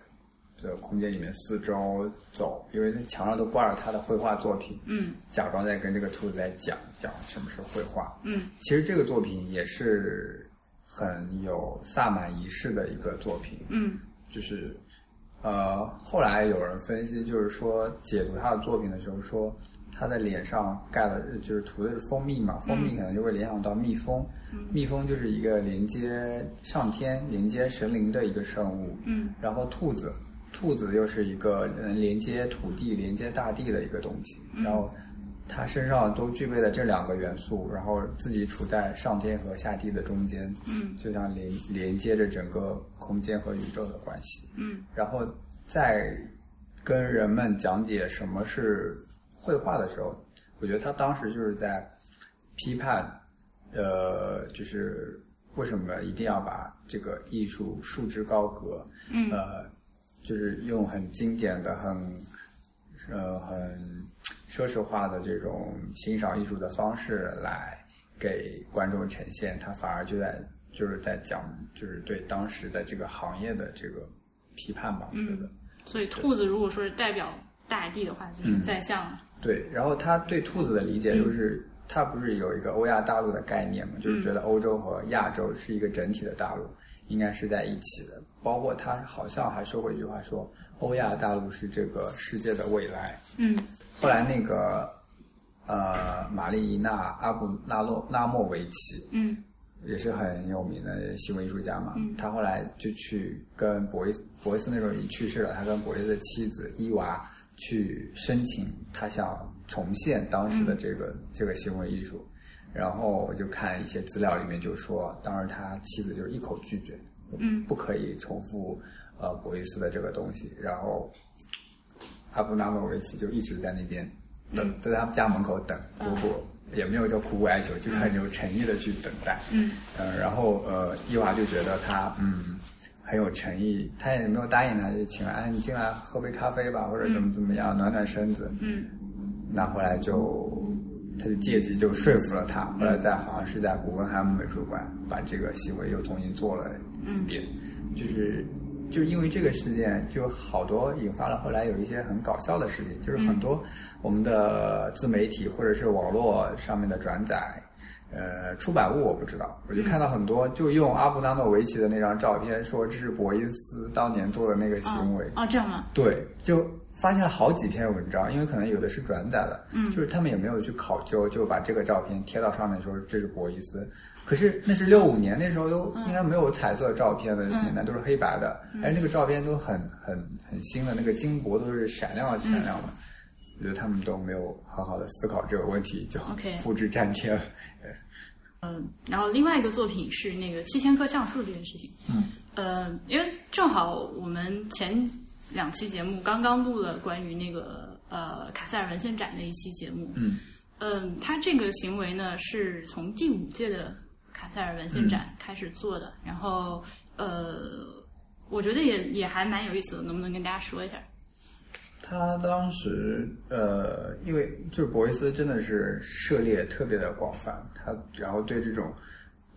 这个空间里面四周走，因为那墙上都挂着他的绘画作品，嗯假装在跟这个兔子在讲讲什么是绘画。嗯其实这个作品也是很有萨满仪式的一个作品，嗯就是呃，后来有人分析，就是说解读他的作品的时候说。他的脸上盖了，就是涂的是蜂蜜嘛，蜂蜜可能就会联想到蜜蜂，蜜蜂就是一个连接上天、连接神灵的一个生物，嗯然后兔子，兔子又是一个能连接土地、连接大地的一个东西。然后它身上都具备了这两个元素，然后自己处在上天和下地的中间，嗯就像连连接着整个空间和宇宙的关系。嗯然后在跟人们讲解什么是绘画的时候，我觉得他当时就是在批判，呃，就是为什么一定要把这个艺术束之高阁，嗯呃，就是用很经典的、很呃很奢侈化的这种呃欣赏艺术的方式来给观众呈现，他反而就在就是在讲，就是对当时的这个行业的这个批判吧，我觉得。所以兔子如果说是代表大地的话，嗯就是在向对，然后他对兔子的理解就是，他不是有一个欧亚大陆的概念嘛，就是觉得欧洲和亚洲是一个整体的大陆，应该是在一起的。包括他好像还说过一句话说，欧亚大陆是这个世界的未来。嗯后来那个呃，玛丽伊娜·阿布纳洛纳莫维奇，嗯也是很有名的行为艺术家嘛，嗯他后来就去跟博伊斯博伊斯那时候已经去世了，他跟博伊斯的妻子伊娃去申请，他想重现当时的这个、这个行为艺术。然后我就看一些资料里面就说，当时他妻子就是一口拒绝，嗯不可以重复呃博伊斯的这个东西。然后阿布纳莫维奇就一直在那边等，嗯在他们家门口等，苦苦、也没有叫苦苦哀求，就是很有诚意的去等待。嗯呃，然后呃，伊娃就觉得他嗯很有诚意，他也没有答应他，就请哎你进来喝杯咖啡吧，或者怎么怎么样，暖暖身子。嗯那后来就他就借机就说服了他，后来在好像是在古根海姆美术馆把这个行为又重新做了嗯一遍，就是就因为这个事件，就好多引发了后来有一些很搞笑的事情，就是很多我们的自媒体或者是网络上面的转载。呃，出版物我不知道，我就看到很多就用阿布纳诺维奇的那张照片说这是博伊斯当年做的那个行为，哦这样吗？对，就发现了好几篇文章，因为可能有的是转载的，嗯就是他们也没有去考究，就把这个照片贴到上面说这是博伊斯。可是那是六五年，那时候都嗯应该没有彩色照片的年代，都是黑白的，哎，那个照片都很很很新的，那个金箔都是闪亮闪亮的。我觉得他们都没有好好的思考这个问题，就嗯 OK 复制粘贴了。嗯然后另外一个作品是那个七千棵橡树这件事情。嗯，呃，因为正好我们前两期节目刚刚录了关于那个呃卡塞尔文献展那一期节目。嗯嗯，他这个行为呢是从第五届的卡塞尔文献嗯展开始做的，然后呃，我觉得也也还蛮有意思的，能不能跟大家说一下？他当时呃，因为就是博伊斯真的是涉猎特别的广泛，他然后对这种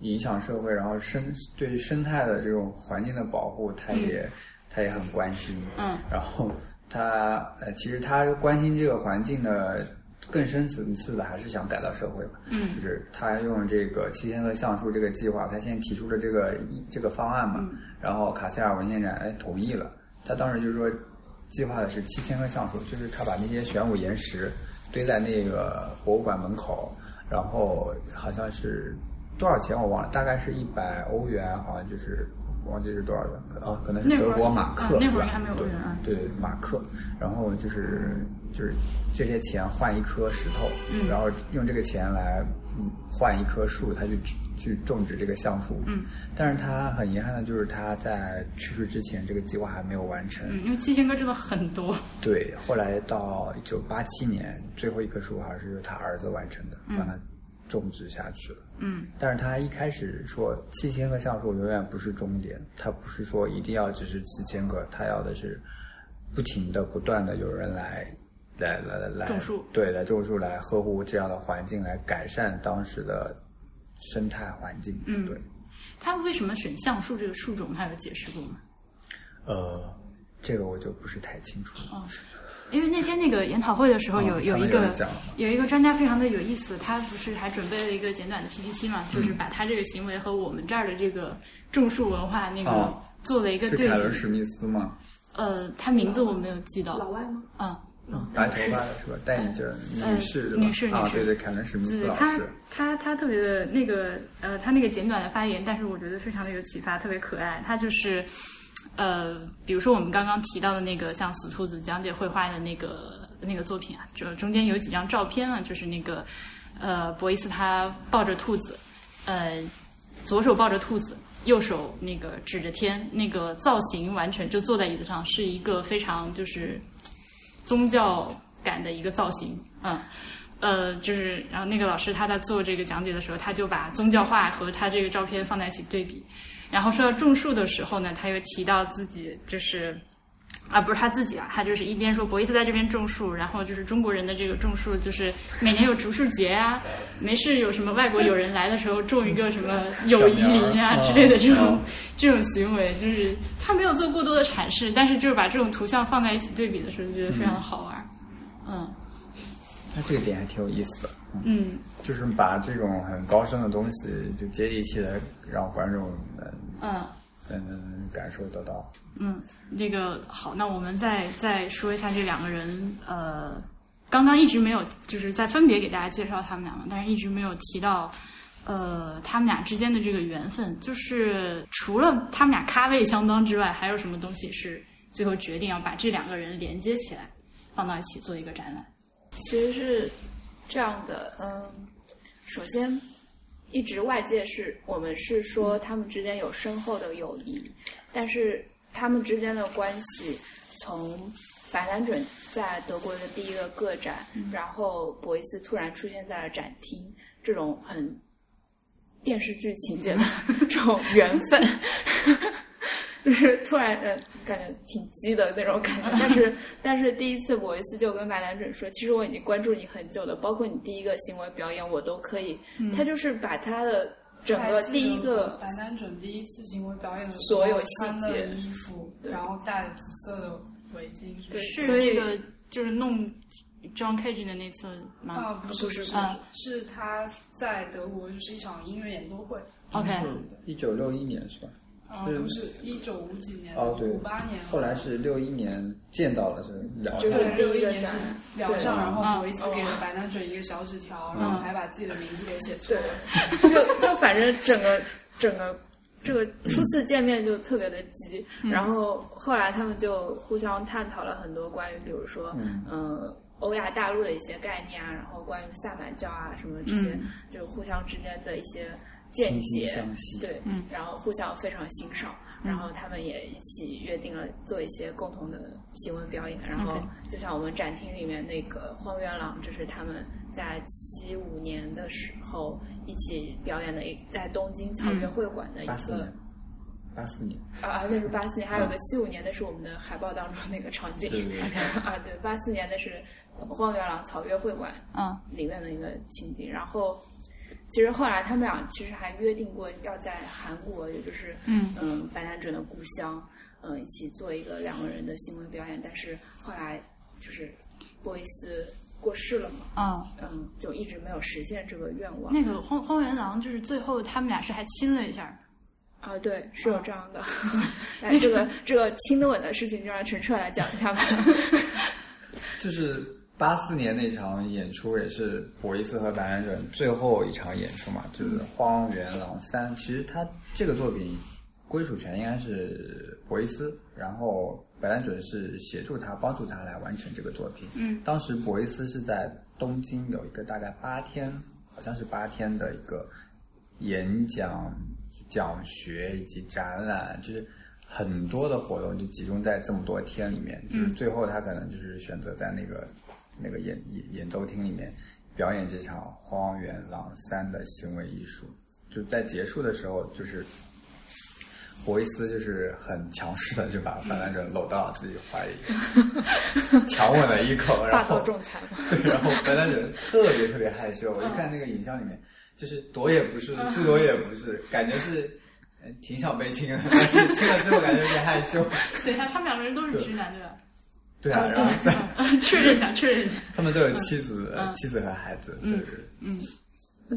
影响社会，然后生对生态的这种环境的保护，他也、他也很关心。嗯，然后他呃，其实他关心这个环境的更深层次的，还是想改造社会嘛。嗯就是他用这个七千棵橡树这个计划，他先提出了这个这个方案嘛，然后卡塞尔文献展哎同意了，他当时就说计划的是七千棵橡树，就是他把那些玄武岩石堆在那个博物馆门口，然后好像是多少钱我忘了，大概是一百欧元，好像就是忘记是多少元，啊，可能是那会德儿国马克，啊那是会儿吧还没有欧元啊对对马克，然后就是就是这些钱换一颗石头，嗯然后用这个钱来嗯换一棵树，他去植去种植这个橡树，嗯，但是他很遗憾的就是他在去世之前这个计划还没有完成，嗯，因为七千棵真的很多，对，后来到一九八七年最后一棵树好像是由他儿子完成的，嗯帮他种植下去了。嗯但是他一开始说七千棵橡树永远不是终点，他不是说一定要只是七千个，他要的是不停的、不断的有人来。来来来来，种树对，来种树，来呵护这样的环境，来改善当时的生态环境。嗯对，他为什么选橡树这个树种，他有解释过吗？呃，这个我就不是太清楚了。哦，因为那天那个研讨会的时候哦有，有他一们个人讲了有一个专家非常的有意思，他不是还准备了一个简短的 PPT 嘛，嗯就是把他这个行为和我们这儿的这个种树文化那个哦做了一个是对凯伦比。史密斯吗？呃，他名字我没有记到，老外吗？嗯，白头发的是吧？戴眼镜儿，呃女士对吧？女士啊女，士对对，凯伦史密斯对老他师，他他特别的那个呃，他那个简短的发言，但是我觉得非常的有启发，特别可爱。他就是呃，比如说我们刚刚提到的那个像死兔子讲解绘画的那个那个作品啊，就中间有几张照片啊，就是那个呃，博伊斯他抱着兔子，呃，左手抱着兔子，右手那个指着天，那个造型完全就坐在椅子上，是一个非常就是宗教感的一个造型，嗯。呃，就是，然后那个老师他在做这个讲解的时候，他就把宗教画和他这个照片放在一起对比。然后说到种树的时候呢，他又提到自己就是，啊，不是他自己啊，他就是一边说博伊斯在这边种树，然后就是中国人的这个种树，就是每年有竹树节啊，没事有什么外国友人来的时候种一个什么友谊林啊之类的这种这种行为，就是他没有做过多的阐释，但是就是把这种图像放在一起对比的时候，觉得非常的好玩儿。嗯他这个点还挺有意思的，嗯，嗯就是把这种很高深的东西，就接地气的让观众能嗯。能能感受得到。嗯，这个好，那我们再再说一下这两个人，呃，刚刚一直没有就是在分别给大家介绍他们俩嘛，但是一直没有提到，呃，他们俩之间的这个缘分，就是除了他们俩咖位相当之外，还有什么东西是最后决定要把这两个人连接起来，放到一起做一个展览？其实是这样的，嗯，首先，一直外界是我们是说他们之间有深厚的友谊，但是他们之间的关系从。白兰准在德国的第一个个展，然后博伊斯突然出现在了展厅，这种很电视剧情节的这种缘分， 就是突然呃，感觉挺鸡的那种感觉。但是但是第一次博伊斯就跟白兰准说，其实我已经关注你很久了，包括你第一个行为表演我都可以。他就是把他的整个第一个白南准第一次行为表演的时候所有细节穿的衣服，对然后戴了紫色的围巾，是不是对所以那个就是弄 John Cage 的那次吗、啊，不是不不是是不是，是他在德国就是一场音乐演奏会， o k 一九六一年是吧？啊，不是一九五几年，哦对五八年，后来是六一年见到了，是聊就是上了对，第有一一个年是展聊对哦嗯上，然嗯后我一次给了白南准一个小纸条，然后还把自己的名字给写错对了。， 就就反正整个整个这个初次见面就特别的急，嗯然后后来他们就互相探讨了很多关于，比如说，嗯嗯、欧亚大陆的一些概念啊，然后关于萨满教啊什么这些，就互相之间的一些见惺嗯惺解，相惜。对，嗯然后互相非常欣赏，嗯然后他们也一起约定了做一些共同的行为表演，然后 OK 就像我们展厅里面那个荒原狼，这是他们在七五年的时候一起表演的一在东京草原会馆的一八四个年，八四年，啊啊，那是八四年，还有个七五年的是我们的海报当中那个场嗯景对对啊，对，八四年的是荒原狼草原会馆嗯里面的一个情景，然后其实后来他们俩其实还约定过要在韩国，也就是嗯嗯白南准的故乡，嗯一起做一个两个人的行为表演，但是后来就是波伊斯过世了嘛，啊，嗯就一直没有实现这个愿望。那个荒荒原狼就是最后他们俩是还亲了一下，啊，嗯对，是有这样的。 来，这个这个亲的吻的事情，就让陈澈来讲一下吧。就是八四年那场演出也是博伊斯和白兰准最后一场演出嘛，就是《荒原狼三》。其实他这个作品归属权应该是博伊斯，然后白兰准是协助他、帮助他来完成这个作品。嗯，当时博伊斯是在东京有一个大概八天，好像是八天的一个演讲、讲学以及展览，就是很多的活动就集中在这么多天里面。就是最后他可能就是选择在那个那个演演演奏厅里面表演这场《荒原狼三》的行为艺术。就在结束的时候，就是博伊斯就是很强势的就把范兰者搂到自己怀里，强吻了一口，然霸后道仲裁嘛，对，然后白兰准特别特别害羞，我一看那个影像里面，就是躲也不是，不躲也不是，感觉是呃挺想被亲的，但是亲了之后感觉有点害羞。等一下，他们两个人都是直男对吧？对啊，然后嗯 确认一下，确认一下。他们都有妻子、呃嗯妻子和孩子，就是嗯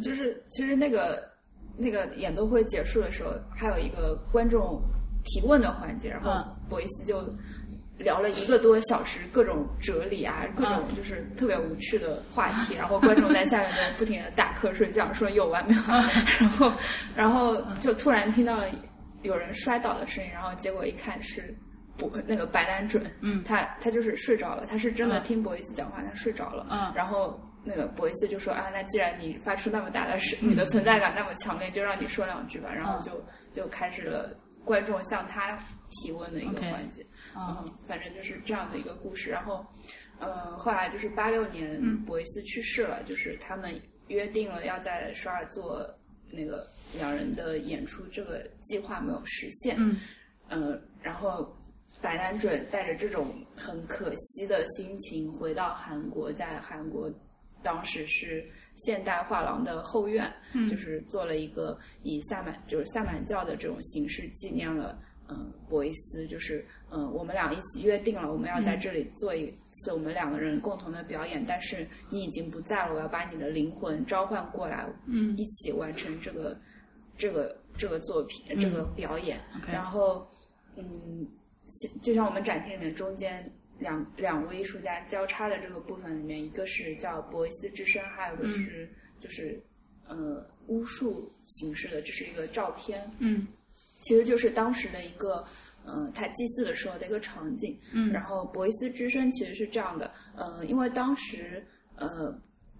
就是其实那个那个演奏会结束的时候，还有一个观众提问的环节，然后嗯博伊斯就聊了一个多小时，各种哲理啊，各种嗯就是特别无趣的话题，然后观众在下面就不停的打瞌睡觉，说有完没嗯完， 然后然后就突然听到了有人摔倒的声音，然后结果一看是。博那个白兰准，嗯他他就是睡着了，他是真的嗯听博伊斯讲话，他睡着了，嗯然后那个博伊斯就说啊，那既然你发出那么大的声，你的存在感那么强烈，就让你说两句吧。嗯然后就就开始了观众向他提问的一个 OK 环节。啊嗯，反正就是这样的一个故事。然后，呃，后来就是八六年嗯，博伊斯去世了，就是他们约定了要在首尔做那个两人的演出，这个计划没有实现。嗯嗯，然后白南准带着这种很可惜的心情回到韩国，在韩国当时是现代画廊的后院，嗯就是做了一个以萨满就是萨满教的这种形式纪念了。嗯，博伊斯就是嗯，我们俩一起约定了，我们要在这里做一次我们两个人共同的表演，但是你已经不在了，我要把你的灵魂召唤过来，嗯一起完成这个这个这个作品、这个表演。 ，OK，然后，嗯，其就像我们展厅里面中间两两位艺术家交叉的这个部分里面，一个是叫博伊斯之声，还有一个是、就是呃巫术形式的，这是一个照片，嗯其实就是当时的一个。嗯，他祭祀的时候的一个场景，嗯，然后博伊斯之声其实是这样的，呃，因为当时呃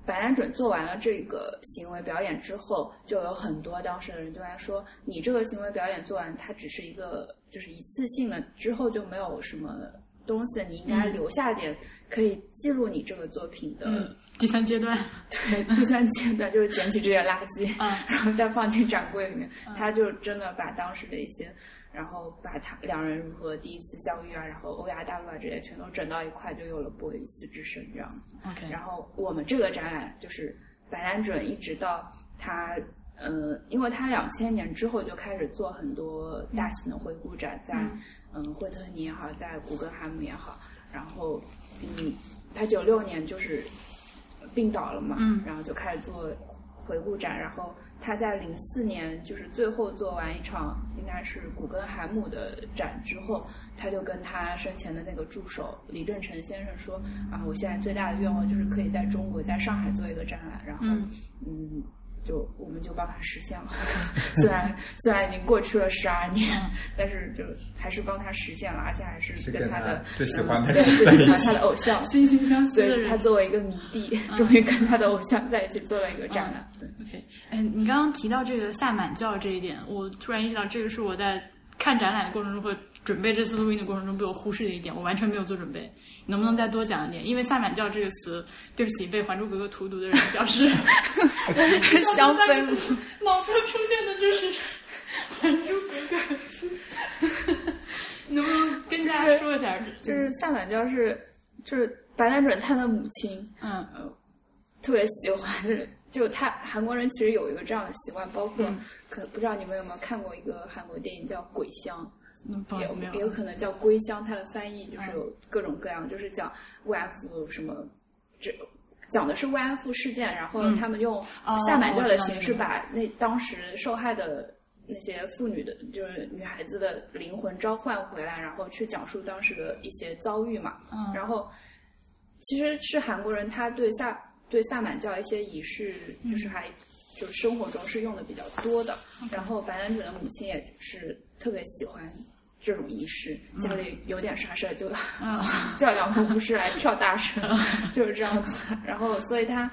白兰准做完了这个行为表演之后，就有很多当事的人就在说，你这个行为表演做完，它只是一个就是一次性的，之后就没有什么东西，你应该嗯留下点可以记录你这个作品的、嗯第三阶段对第三阶段，就是捡起这些垃圾，啊，然后再放进展柜里面。他就真的把当时的一些，然后把他两人如何第一次相遇啊，然后欧亚大陆啊这些全都整到一块，就有了《波伊斯之声》这样。 OK，然后我们这个展览就是白兰准一直到他。呃，因为他两千年之后就开始做很多大型的回顾展，在嗯嗯惠特尼也好，在古根汉姆也好，然后嗯，他九六年就是病倒了嘛，嗯然后就开始做回顾展，然后他在零四年就是最后做完一场应该是古根海姆的展之后，他就跟他生前的那个助手李振成先生说啊，我现在最大的愿望就是可以在中国在上海做一个展览，然后嗯嗯就我们就帮他实现了， 虽然虽然已经过去了十二年，但是就还是帮他实现了，而且还是是跟他他的最喜欢的嗯对人最喜在欢一起他的偶像，惺惺相惜的对人他。作为一个迷弟，终于跟他的偶像在一起做了一个展览。对， OK，哎，你刚刚提到这个萨满教这一点，我突然意识到，这个是我在看展览的过程中和准备这次录音的过程中被我忽视的一点，我完全没有做准备。你能不能再多讲一点？因为萨满教这个词，对不起，被《还珠格格》荼毒的人表 示，香氛乳脑中出现的就是《还珠格格》， 能不能跟大家说一下？就是萨满教是就是白兰准他的母亲嗯特别喜欢的人，就他韩国人其实有一个这样的习惯，包括、可不知道你们有没有看过一个韩国电影叫《鬼乡》。嗯，不好意思，没也也有有。嗯可能叫归乡，它的翻译就是有各种各样，就是讲慰安妇什么，这讲的是慰安妇事件，然后嗯他们用哦萨满教我的知道形那式个把那当时受害的那些妇女的，就是女孩子的灵魂召唤回来，然后去讲述当时的一些遭遇嘛。嗯然后其实是韩国人他对萨对萨满教一些仪式，嗯就是还就是生活中是用的比较多的。然后白男主的母亲也是特别喜欢这种仪式，家里有点啥事儿就、嗯 叫两个巫师来跳大神，就是这样子。然后所以他。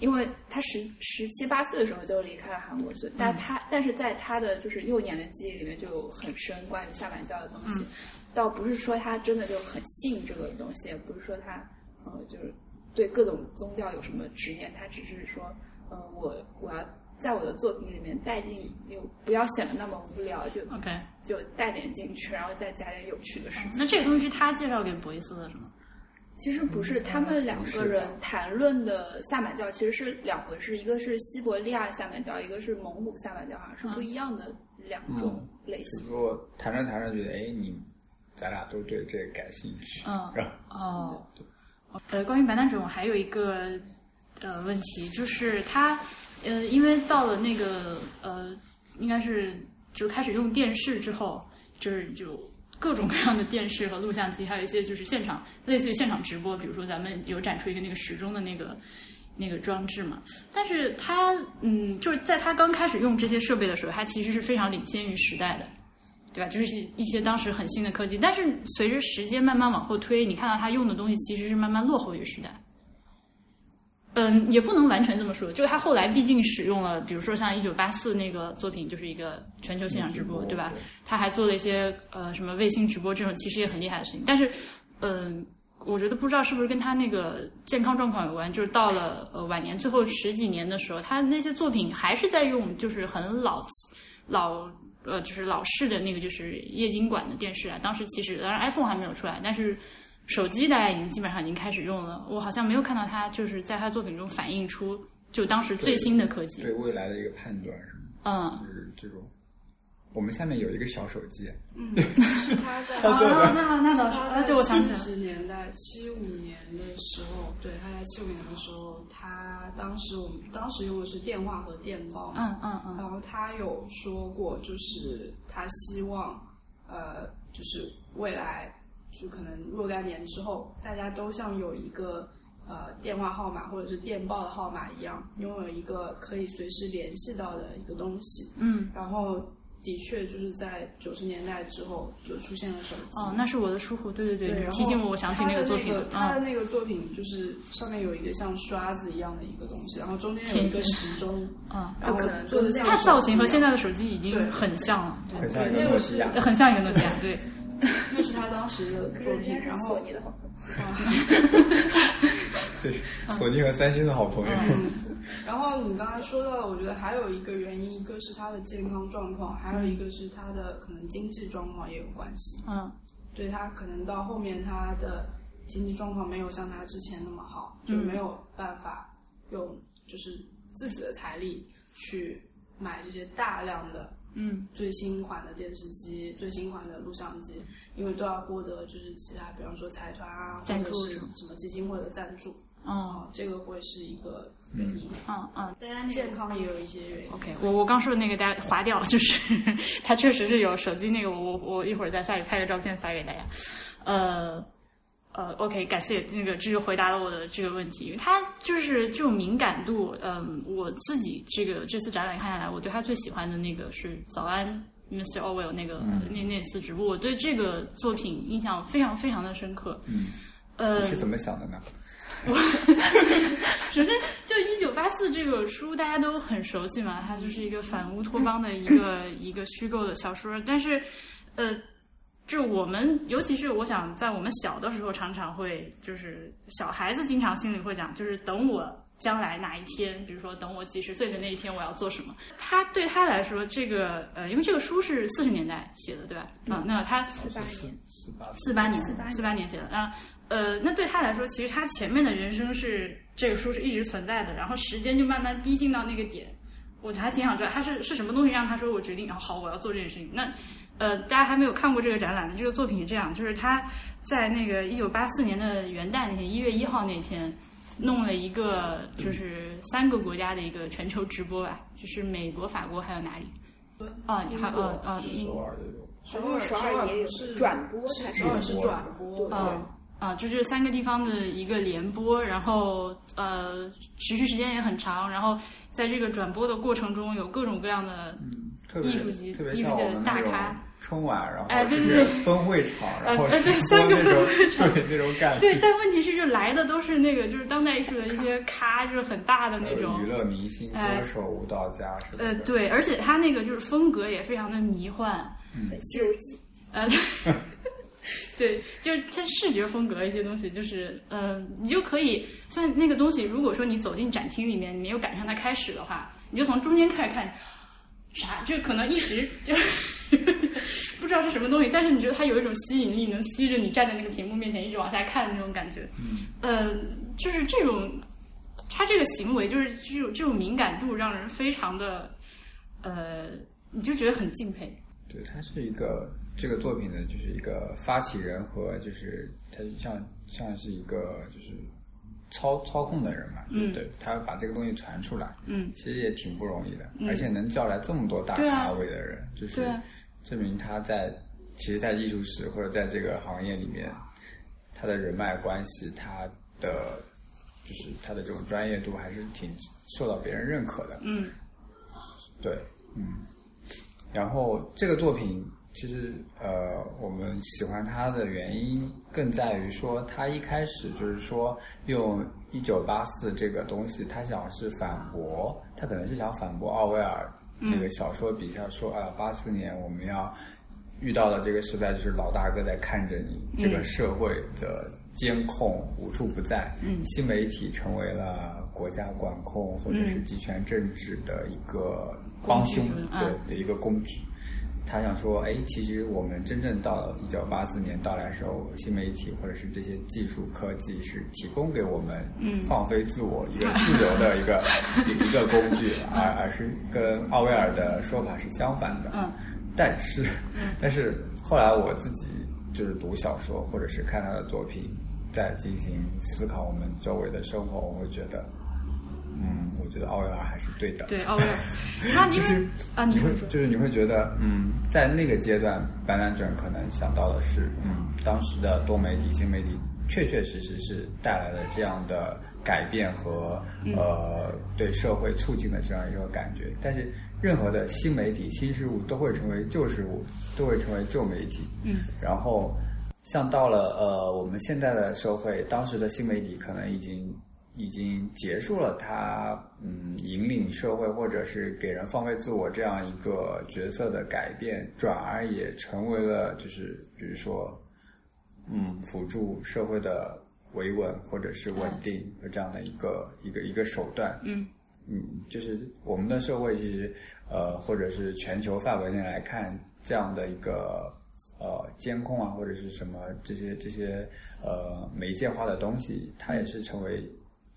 因为他十十七八岁的时候就离开了韩国，所以但他但是在他的就是幼年的记忆里面就有很深关于萨满教的东西，倒不是说他真的就很信这个东西，也不是说他呃就是对各种宗教有什么执念，他只是说呃我我要在我的作品里面带进，又不要显得那么无聊，就 OK，就带点进去，然后再加点有趣的事情。那这个东西是他介绍给博伊斯的，是吗？其实不是，他们两个人谈论的萨满教其实是两回事，一个是西伯利亚萨满教，一个是蒙古萨满教，好像是嗯不一样的两嗯种类只型。不过谈着谈着觉得，哎，你咱俩都对这个感兴趣，嗯然后哦，呃，关于白男准，我还有一个呃问题，就是他呃，因为到了那个呃，应该是就是开始用电视之后，就是就各种各样的电视和录像机，还有一些就是现场类似于现场直播，比如说咱们有展出一个那个时钟的那个。那个装置嘛，但是他嗯，就是在他刚开始用这些设备的时候，他其实是非常领先于时代的，对吧？就是一些当时很新的科技，但是随着时间慢慢往后推，你看到他用的东西其实是慢慢落后于时代。嗯，也不能完全这么说，就是他后来毕竟使用了，比如说像一九八四那个作品，就是一个全球现场直播，对吧？他还做了一些呃什么卫星直播这种，其实也很厉害的事情。但是，嗯、我觉得不知道是不是跟他那个健康状况有关，就是到了呃晚年最后十几年的时候，他那些作品还是在用就是很老老呃就是老式的那个就是液晶管的电视啊。当时其实当然 iPhone 还没有出来，但是手机大家已经基本上已经开始用了。我好像没有看到他就是在他作品中反映出就当时最新的科技对。未来的一个判断是吗？嗯，就是这种。我们下面有一个小手机， 嗯，是他在啊，那那倒是，他啊，在对，我想起来了七。十年代、七五年的时候，对，他在七五年的时候，他当时我们当时用的是电话和电报，嗯嗯嗯然后他有说过，就是他希望，呃，就是未来，就可能若干年之后，大家都像有一个呃电话号码或者是电报的号码一样，拥有一个可以随时联系到的一个东西。嗯，然后的确就是在九十年代之后就出现了手机。哦，那是我的疏忽，对对对，嗯对，你然后提醒我，我想起他那个的作品了，他的嗯，那个作品就是上面有一个像刷子一样的一个东西，然后中间有一个前进时钟，嗯然后有可能做的像它造型和手机一现样在的手机已对经很像了，很对呃像一个啊对诺基亚那。很像一个诺基亚，对， 那是他当时的作品，然后索尼的好朋友嗯对，索尼和三星的好朋友。然后你刚才说到的，我觉得还有一个原因，一个是他的健康状况，还有一个是他的可能经济状况也有关系。嗯对他可能到后面他的经济状况没有像他之前那么好，就没有办法用就是自己的财力去买这些大量的嗯最新款的电视机、最新款的录像机，因为都要获得就是其他，比方说财团啊，或赞者助是是吗什么基金会的赞助，嗯啊，这个会是一个原因。嗯嗯，大家健康也有一些原因。 OK，我我刚说的那个大家划掉，就是 它确实是有手机那个，我我我一会儿在下里拍个照片发给大家。呃呃，OK，感谢那个这就回答了我的这个问题，因为它就是这种敏感度，嗯、我自己这个这次展览看下来，我对他最喜欢的那个是早安。Mr. Orwell 那个、那那次直播，我对这个作品印象非常非常的深刻。嗯，呃你，是怎么想的呢？ 首先，就《一九八四》这个书大家都很熟悉嘛，它就是一个反乌托邦的一个一个虚构的小说。但是，呃，就我们，尤其是我想，在我们小的时候，常常会就是小孩子经常心里会讲，就是等我将来哪一天，比如说等我几十岁的那一天，我要做什么？他对他来说，这个呃，因为这个书是四十年代写的，对吧？嗯，没有他四八年，四八四八年， 48年四八年写的。那呃，那对他来说，其实他前面的人生是这个书是一直存在的，然后时间就慢慢逼近到那个点。我还挺想知道他是是什么东西让他说我决定，哦，好，我要做这件事情。那呃，大家还没有看过这个展览的这个作品是这样，就是他在那个一九八四年的元旦那天，一月一号那天，弄了一个就是三个国家的一个全球直播吧，就是美国、法国还有哪里？啊，还有呃呃英首尔的有。首尔首首尔尔也有不是转播才哦首尔是是转播，对对啊啊，就是三个地方的一个联播，然后呃，持续时间也很长，然后在这个转播的过程中有各种各样的，嗯，特别艺术级特别像我们艺术那界的大种咖春晚，然哎后对就对是分会场，然后呃对直播三个那种分会场对那种感觉，对，但问题是就来的都是那个就是当代艺术的一些咖，就是很大的那种娱，乐明星、哎歌手、舞蹈家什么的。呃，对，而且他那个就是风格也非常的迷幻，西游记》呃， 对，就是它视觉风格一些东西，就是呃，你就可以，虽然那个东西，如果说你走进展厅里面，你没有赶上它开始的话，你就从中间开始看，啥，就可能一时就 不知道是什么东西，但是你觉得它有一种吸引力，能吸着你站在那个屏幕面前一直往下看那种感觉，呃，就是这种。他这个行为就是这种这种敏感度，让人非常的，呃，你就觉得很敬佩。对，他是一个这个作品的，就是一个发起人和就是他像像是一个就是操操控的人嘛，嗯对，他把这个东西传出来，嗯，其实也挺不容易的，嗯而且能叫来这么多大对啊咖位的人，就是对啊证明他在其实，在艺术史或者在这个行业里面，他的人脉关系，他的就是他的这种专业度还是挺受到别人认可的，嗯，对，嗯。然后这个作品其实呃，我们喜欢它的原因更在于说，它一开始就是说用一九八四这个东西，他想是反驳，他可能是想反驳奥威尔嗯那个小说笔下说啊，八、四年我们要。遇到的这个时代就是老大哥在看着你，这个社会的监控无处不在，嗯新媒体成为了国家管控或者是嗯集权政治的一个帮凶工具，嗯对的一个工具。他想说，哎，其实我们真正到一九八四年到来的时候，新媒体或者是这些技术科技是提供给我们嗯放飞自我、一个自由的一 个一一个工具，而而是跟奥威尔的说法是相反的。嗯，但是， 但是后来我自己就是读小说或者是看他的作品，在进行思考我们周围的生活，我会觉得，嗯，我觉得奥威尔还是对的。对，奥威尔，他因 就是为啊，你会说就是你会觉得，嗯，在那个阶段，白兰准可能想到的是，嗯，当时的多媒体、新媒体确确实实是带来了这样的改变和、嗯呃对社会促进的这样一个感觉。但是，任何的新媒体、新事物都会成为旧事物，都会成为旧媒体。嗯，然后像到了呃我们现在的社会，当时的新媒体可能已经已经结束了它嗯引领社会或者是给人放飞自我这样一个角色的改变，转而也成为了就是比如说嗯辅助社会的维稳或者是稳定的这样的一个、一个一个手段。嗯嗯，就是我们的社会其实，呃，或者是全球范围内来看，这样的一个呃监控啊，或者是什么这些这些呃媒介化的东西，它也是成为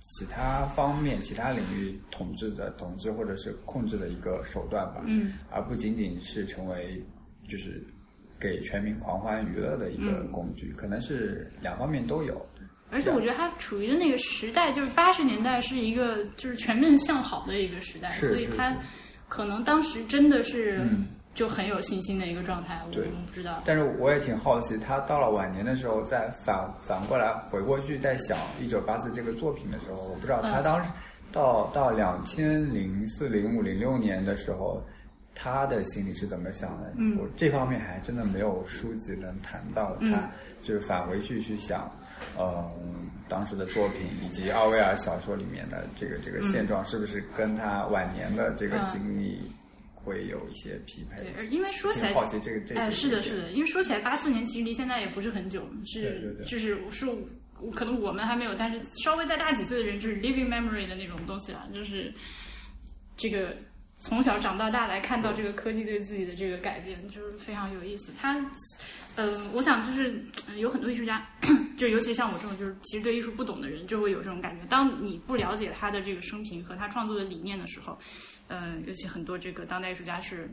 其他方面、其他领域统治的统治或者是控制的一个手段吧。嗯，而不仅仅是成为就是给全民狂欢娱乐的一个嗯工具，可能是两方面都有。而且我觉得他处于的那个时代，就是八十年代是一个就是全面向好的一个时代，是所以是他是可能当时真的是嗯就很有信心的一个状态，我对们不知道。但是我也挺好奇，他到了晚年的时候，再反反过来回过去再想《一九八四》这个作品的时候，我不知道他当时、到到两千零四零五零六年的时候，他的心里是怎么想的？嗯我这方面还真的没有书籍能谈到他，嗯就是返回去去想，嗯，当时的作品以及奥威尔小说里面的这个这个现状，是不是跟他晚年的这个嗯经历会有一些匹配对？，而因为说起来挺，好奇这个这个。哎，是的，这个是的，因为说起来八四年其实离现在也不是很久，对对是对就是是我我可能我们还没有，但是稍微再大几岁的人，就是 living memory 的那种东西了，就是这个从小长到大来看到这个科技对自己的这个改变，就是非常有意思。它，呃，我想就是呃有很多艺术家，就尤其像我这种就是其实对艺术不懂的人，就会有这种感觉。当你不了解他的这个生平和他创作的理念的时候，呃，尤其很多这个当代艺术家是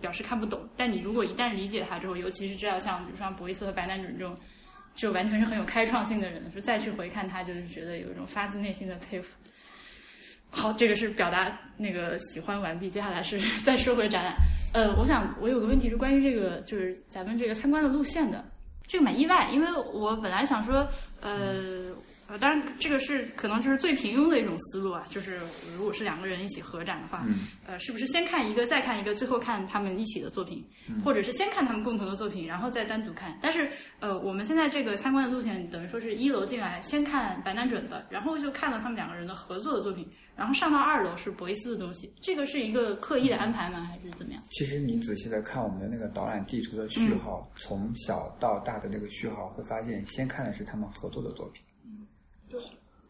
表示看不懂，但你如果一旦理解他之后，尤其是知道像比如说像博伊斯和白南准这种。就完全是很有开创性的人，是再去回看他，就是觉得有一种发自内心的佩服。好，这个是表达那个喜欢完毕，接下来是再说回展览。呃，我想我有个问题是关于这个，就是咱们这个参观的路线的，这个蛮意外，因为我本来想说，呃，呃当然这个是可能就是最平庸的一种思路啊，就是如果是两个人一起合展的话，嗯呃，是不是先看一个，再看一个，最后看他们一起的作品，或者是先看他们共同的作品，然后再单独看？但是呃，我们现在这个参观的路线等于说是一楼进来，先看白南准的，然后就看了他们两个人的合作的作品，然后上到二楼是博伊斯的东西，这个是一个刻意的安排吗？还是怎么样？其实你仔细的看我们的那个导览地图的序号，嗯从小到大的那个序号，会发现先看的是他们合作的作品。对。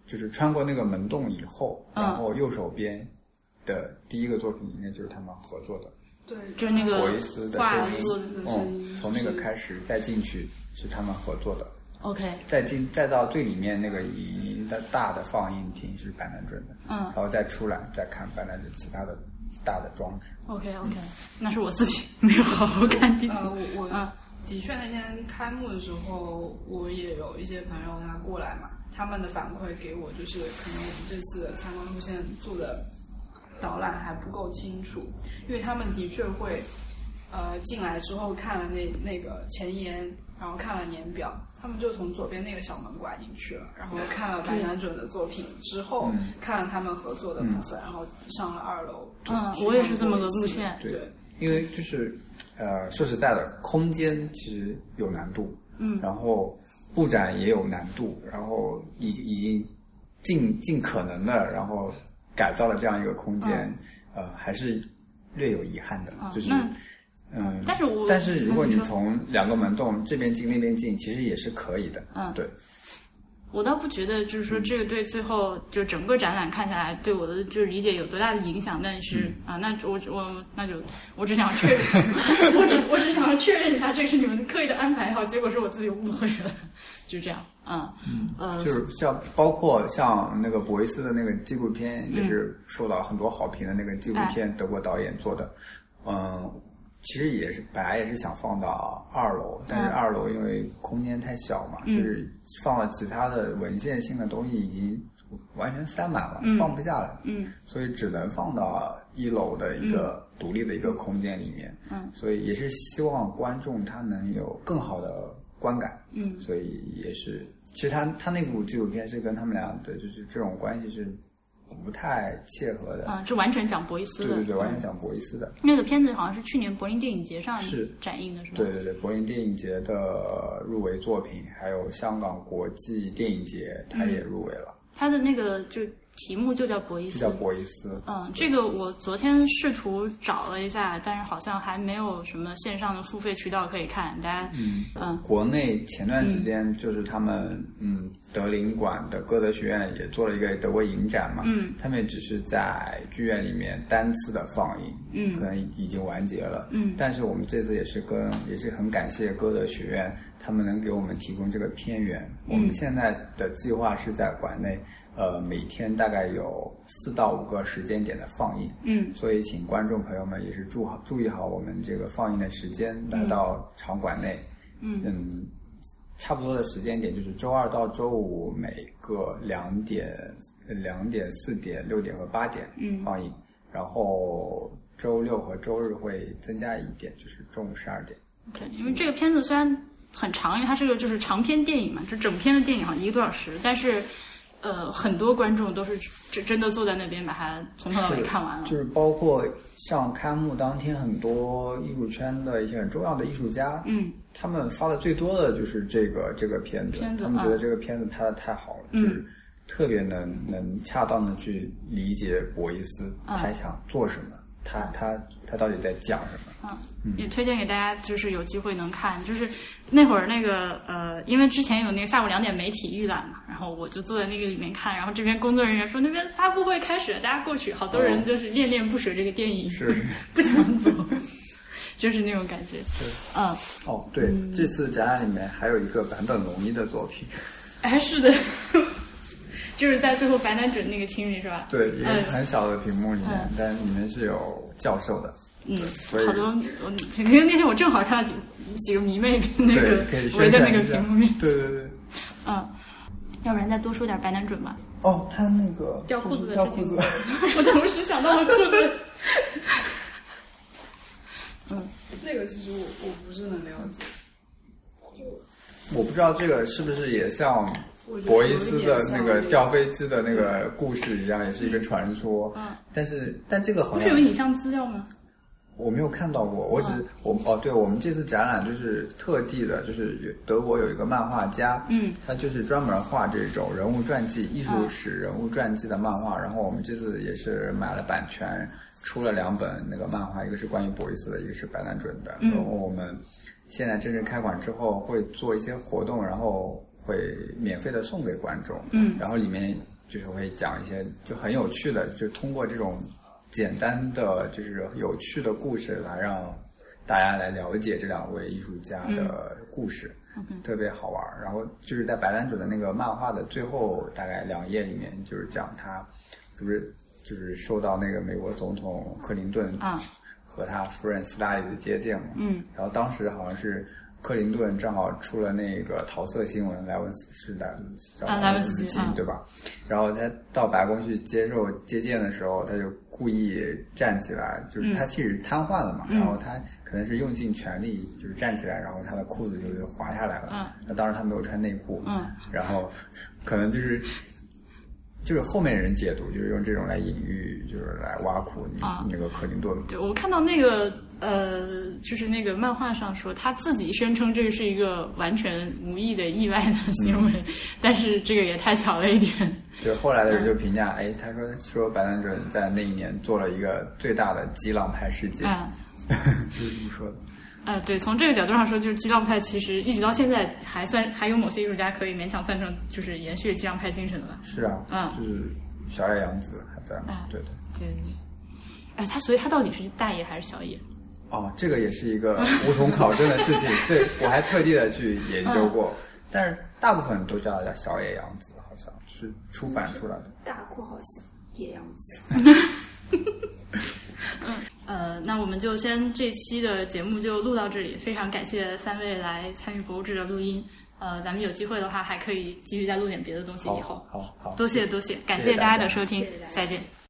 就是穿过那个门洞以后，嗯然后右手边的第一个作品应该就是他们合作的。对，就是那个博伊斯的画声音作的嗯嗯，从那个开始再进去是他们合作的， ，OK，再进再到最里面那个一的大的放映厅是白南准的，嗯然后再出来再看白南准其他的大的装置。 ，OK OK，那是我自己 没有好好看地图。呃，我我嗯的确那天开幕的时候，我也有一些朋友他过来嘛，他们的反馈给我就是，可能我们这次参观路线做的导览还不够清楚，因为他们的确会，呃，进来之后看了那那个前言，然后看了年表，他们就从左边那个小门拐进去了，然后看了白南准的作品之后，嗯看了他们合作的部分，然后上了二楼。嗯去我也看是这么个过一路次线对。因为就是呃，说实在的，空间其实有难度，嗯然后布展也有难度，然后已已经尽尽可能的，然后改造了这样一个空间，呃，还是略有遗憾的，啊就是嗯那嗯，但是我但是如果你嗯你说从两个门洞这边进那边进，其实也是可以的，嗯对，我倒不觉得，就是说嗯这个对最后就整个展览看下来对我的就是理解有多大的影响，但是、嗯啊，那我我那就我只想确认，我只我只想要确认一下，这个是你们刻意的安排好，结果是我自己误会了，就这样，嗯呃，就是像包括像那个博伊斯的那个纪录片，也是嗯受到很多好评的那个纪录片，德国导演做的，嗯。其实也是本来也是想放到二楼，但是嗯二楼因为空间太小嘛，嗯就是放了其他的文献性的东西已经完全塞满了，嗯放不下来，嗯所以只能放到一楼的一个独立的一个空间里面。嗯，所以也是希望观众他能有更好的观感。嗯所以也是，其实他他那部纪录片是跟他们俩的就是这种关系是不太切合的。啊，这完全讲博伊斯对的，嗯对对，完全讲博伊斯的。那个片子好像是去年柏林电影节上是展映的，是吧？对对对，柏林电影节的入围作品，还有香港国际电影节，他也入围了，他的那个就题目就叫博伊就斯，叫博伊斯。嗯，这个我昨天试图找了一下，但是好像还没有什么线上的付费渠道可以看。大家，嗯国内前段时间就是他们嗯德林馆的歌德学院也做了一个德国影展嘛，嗯，他们也只是在剧院里面单次的放映，嗯可能已经完结了，嗯但是我们这次也是跟也是很感谢歌德学院，他们能给我们提供这个片源。嗯我们现在的计划是在馆内，呃，每天大概有四到五个时间点的放映，嗯所以请观众朋友们也是注好注意好我们这个放映的时间，来到场馆内。嗯嗯，差不多的时间点就是周二到周五每个两点、两点、四点、六点和八点嗯放映，然后周六和周日会增加一点，就是中午十二点。 ，OK，因为这个片子虽然很长，因为它是个就是长篇电影嘛，就整篇的电影好像一个多小时，但是呃，很多观众都是真真的坐在那边把它从头到尾哦看完了。就是包括像开幕当天，很多艺术圈的一些很重要的艺术家，嗯，他们发的最多的就是这个这个片子，片子他们觉啊得这个片子拍的太好了，嗯就是特别能能恰当的去理解博伊斯，啊他想做什么，他他他到底在讲什 么？嗯也推荐给大家，就是有机会能看。就是那会儿那个呃，因为之前有那个下午两点媒体预览嘛，然后我就坐在那个里面看，然后这边工作人员说那边发布会开始，大家过去，好多人就是恋恋不舍这个电影，哦是 不想走，就是那种感觉。嗯，哦，对，这次展览里面还有一个坂本龙一的作品， 哎，是的， 就是在最后白男准那个厅里是吧？对，一个嗯很小的屏幕里面，嗯但里面是有教 授的，嗯，所以好多我因为那天我正好看到几几个迷妹跟那个对，可以围宣在那传个一下屏幕面，。对对对。嗯，要不然再多说点白男准吧。哦，他那个掉裤子的掉事裤情子， 我同时想到了裤子。那个其实我我不是很了解，我不知道这个是不是也像我觉得博有伊一斯点的像那个掉飞机的那个故事一样，也是一个传说。嗯，但是但这个好不像是有影像资料吗？我没有看到过，我只嗯我哦，对我们这次展览就是特地的，就是有德国有一个漫画家，嗯，他就是专门画这种人物传记、艺术史人物传记的漫画。然后我们这次也是买了版权，出了两本那个漫画，一个是关于博伊斯的，一个是白南准的。嗯然后我们现在正式开馆之后会做一些活动，然后会免费的送给观众。嗯然后里面就是会讲一些就很有趣的，就通过这种简单的就是有趣的故事来让大家来了解这两位艺术家的故事。嗯 OK 特别好玩儿，然后就是在白兰准的那个漫画的最后大概两页里面，就是讲他不是就是受到那个美国总统克林顿啊，和他夫人斯大里的接见嘛，嗯然后当时好像是克林顿正好出了那个桃色新闻，莱文斯是莱叫啊莱莱文斯斯基基啊对吧？然后他到白宫去接受接见的时候，他就故意站起来，就是他其实瘫痪了嘛，嗯然后他可能是用尽全力就是站起来，然后他的裤子就滑下来了。嗯那当时他没有穿内裤，嗯然后可能就是。就是后面人解读，就是用这种来隐喻，就是来挖苦你、啊那个克林顿对我看到那个呃，就是那个漫画上说他自己声称这个是一个完全无意的意外的行为， 但是这个也太巧了一点。就是后来的人就评价，哎，他说说白兰准在那一年做了一个最大的激浪派事件，啊 就是这么说的。呃，对，从这个角度上说，就是激浪派其实一直到现在还算还有某些艺术家可以勉强算成就是延续激浪派精神的吧。是啊，嗯就是小野洋子还在嘛，嗯对对。对，哎，他所以他到底是大爷还是小爷？哦，这个也是一个无从考证的事 情，对我还特地的去研究过，嗯但是大部分都叫小野洋子，好像就是出版嗯出来的。大哭好像也样子。呃，那我们就先这期的节目就录到这里，非常感谢三位来参与博物志的录音。呃，咱们有机会的话还可以继续再录点别的东西，以好后，好好，多谢多谢，感谢谢大大家家的收听，谢谢大家再见。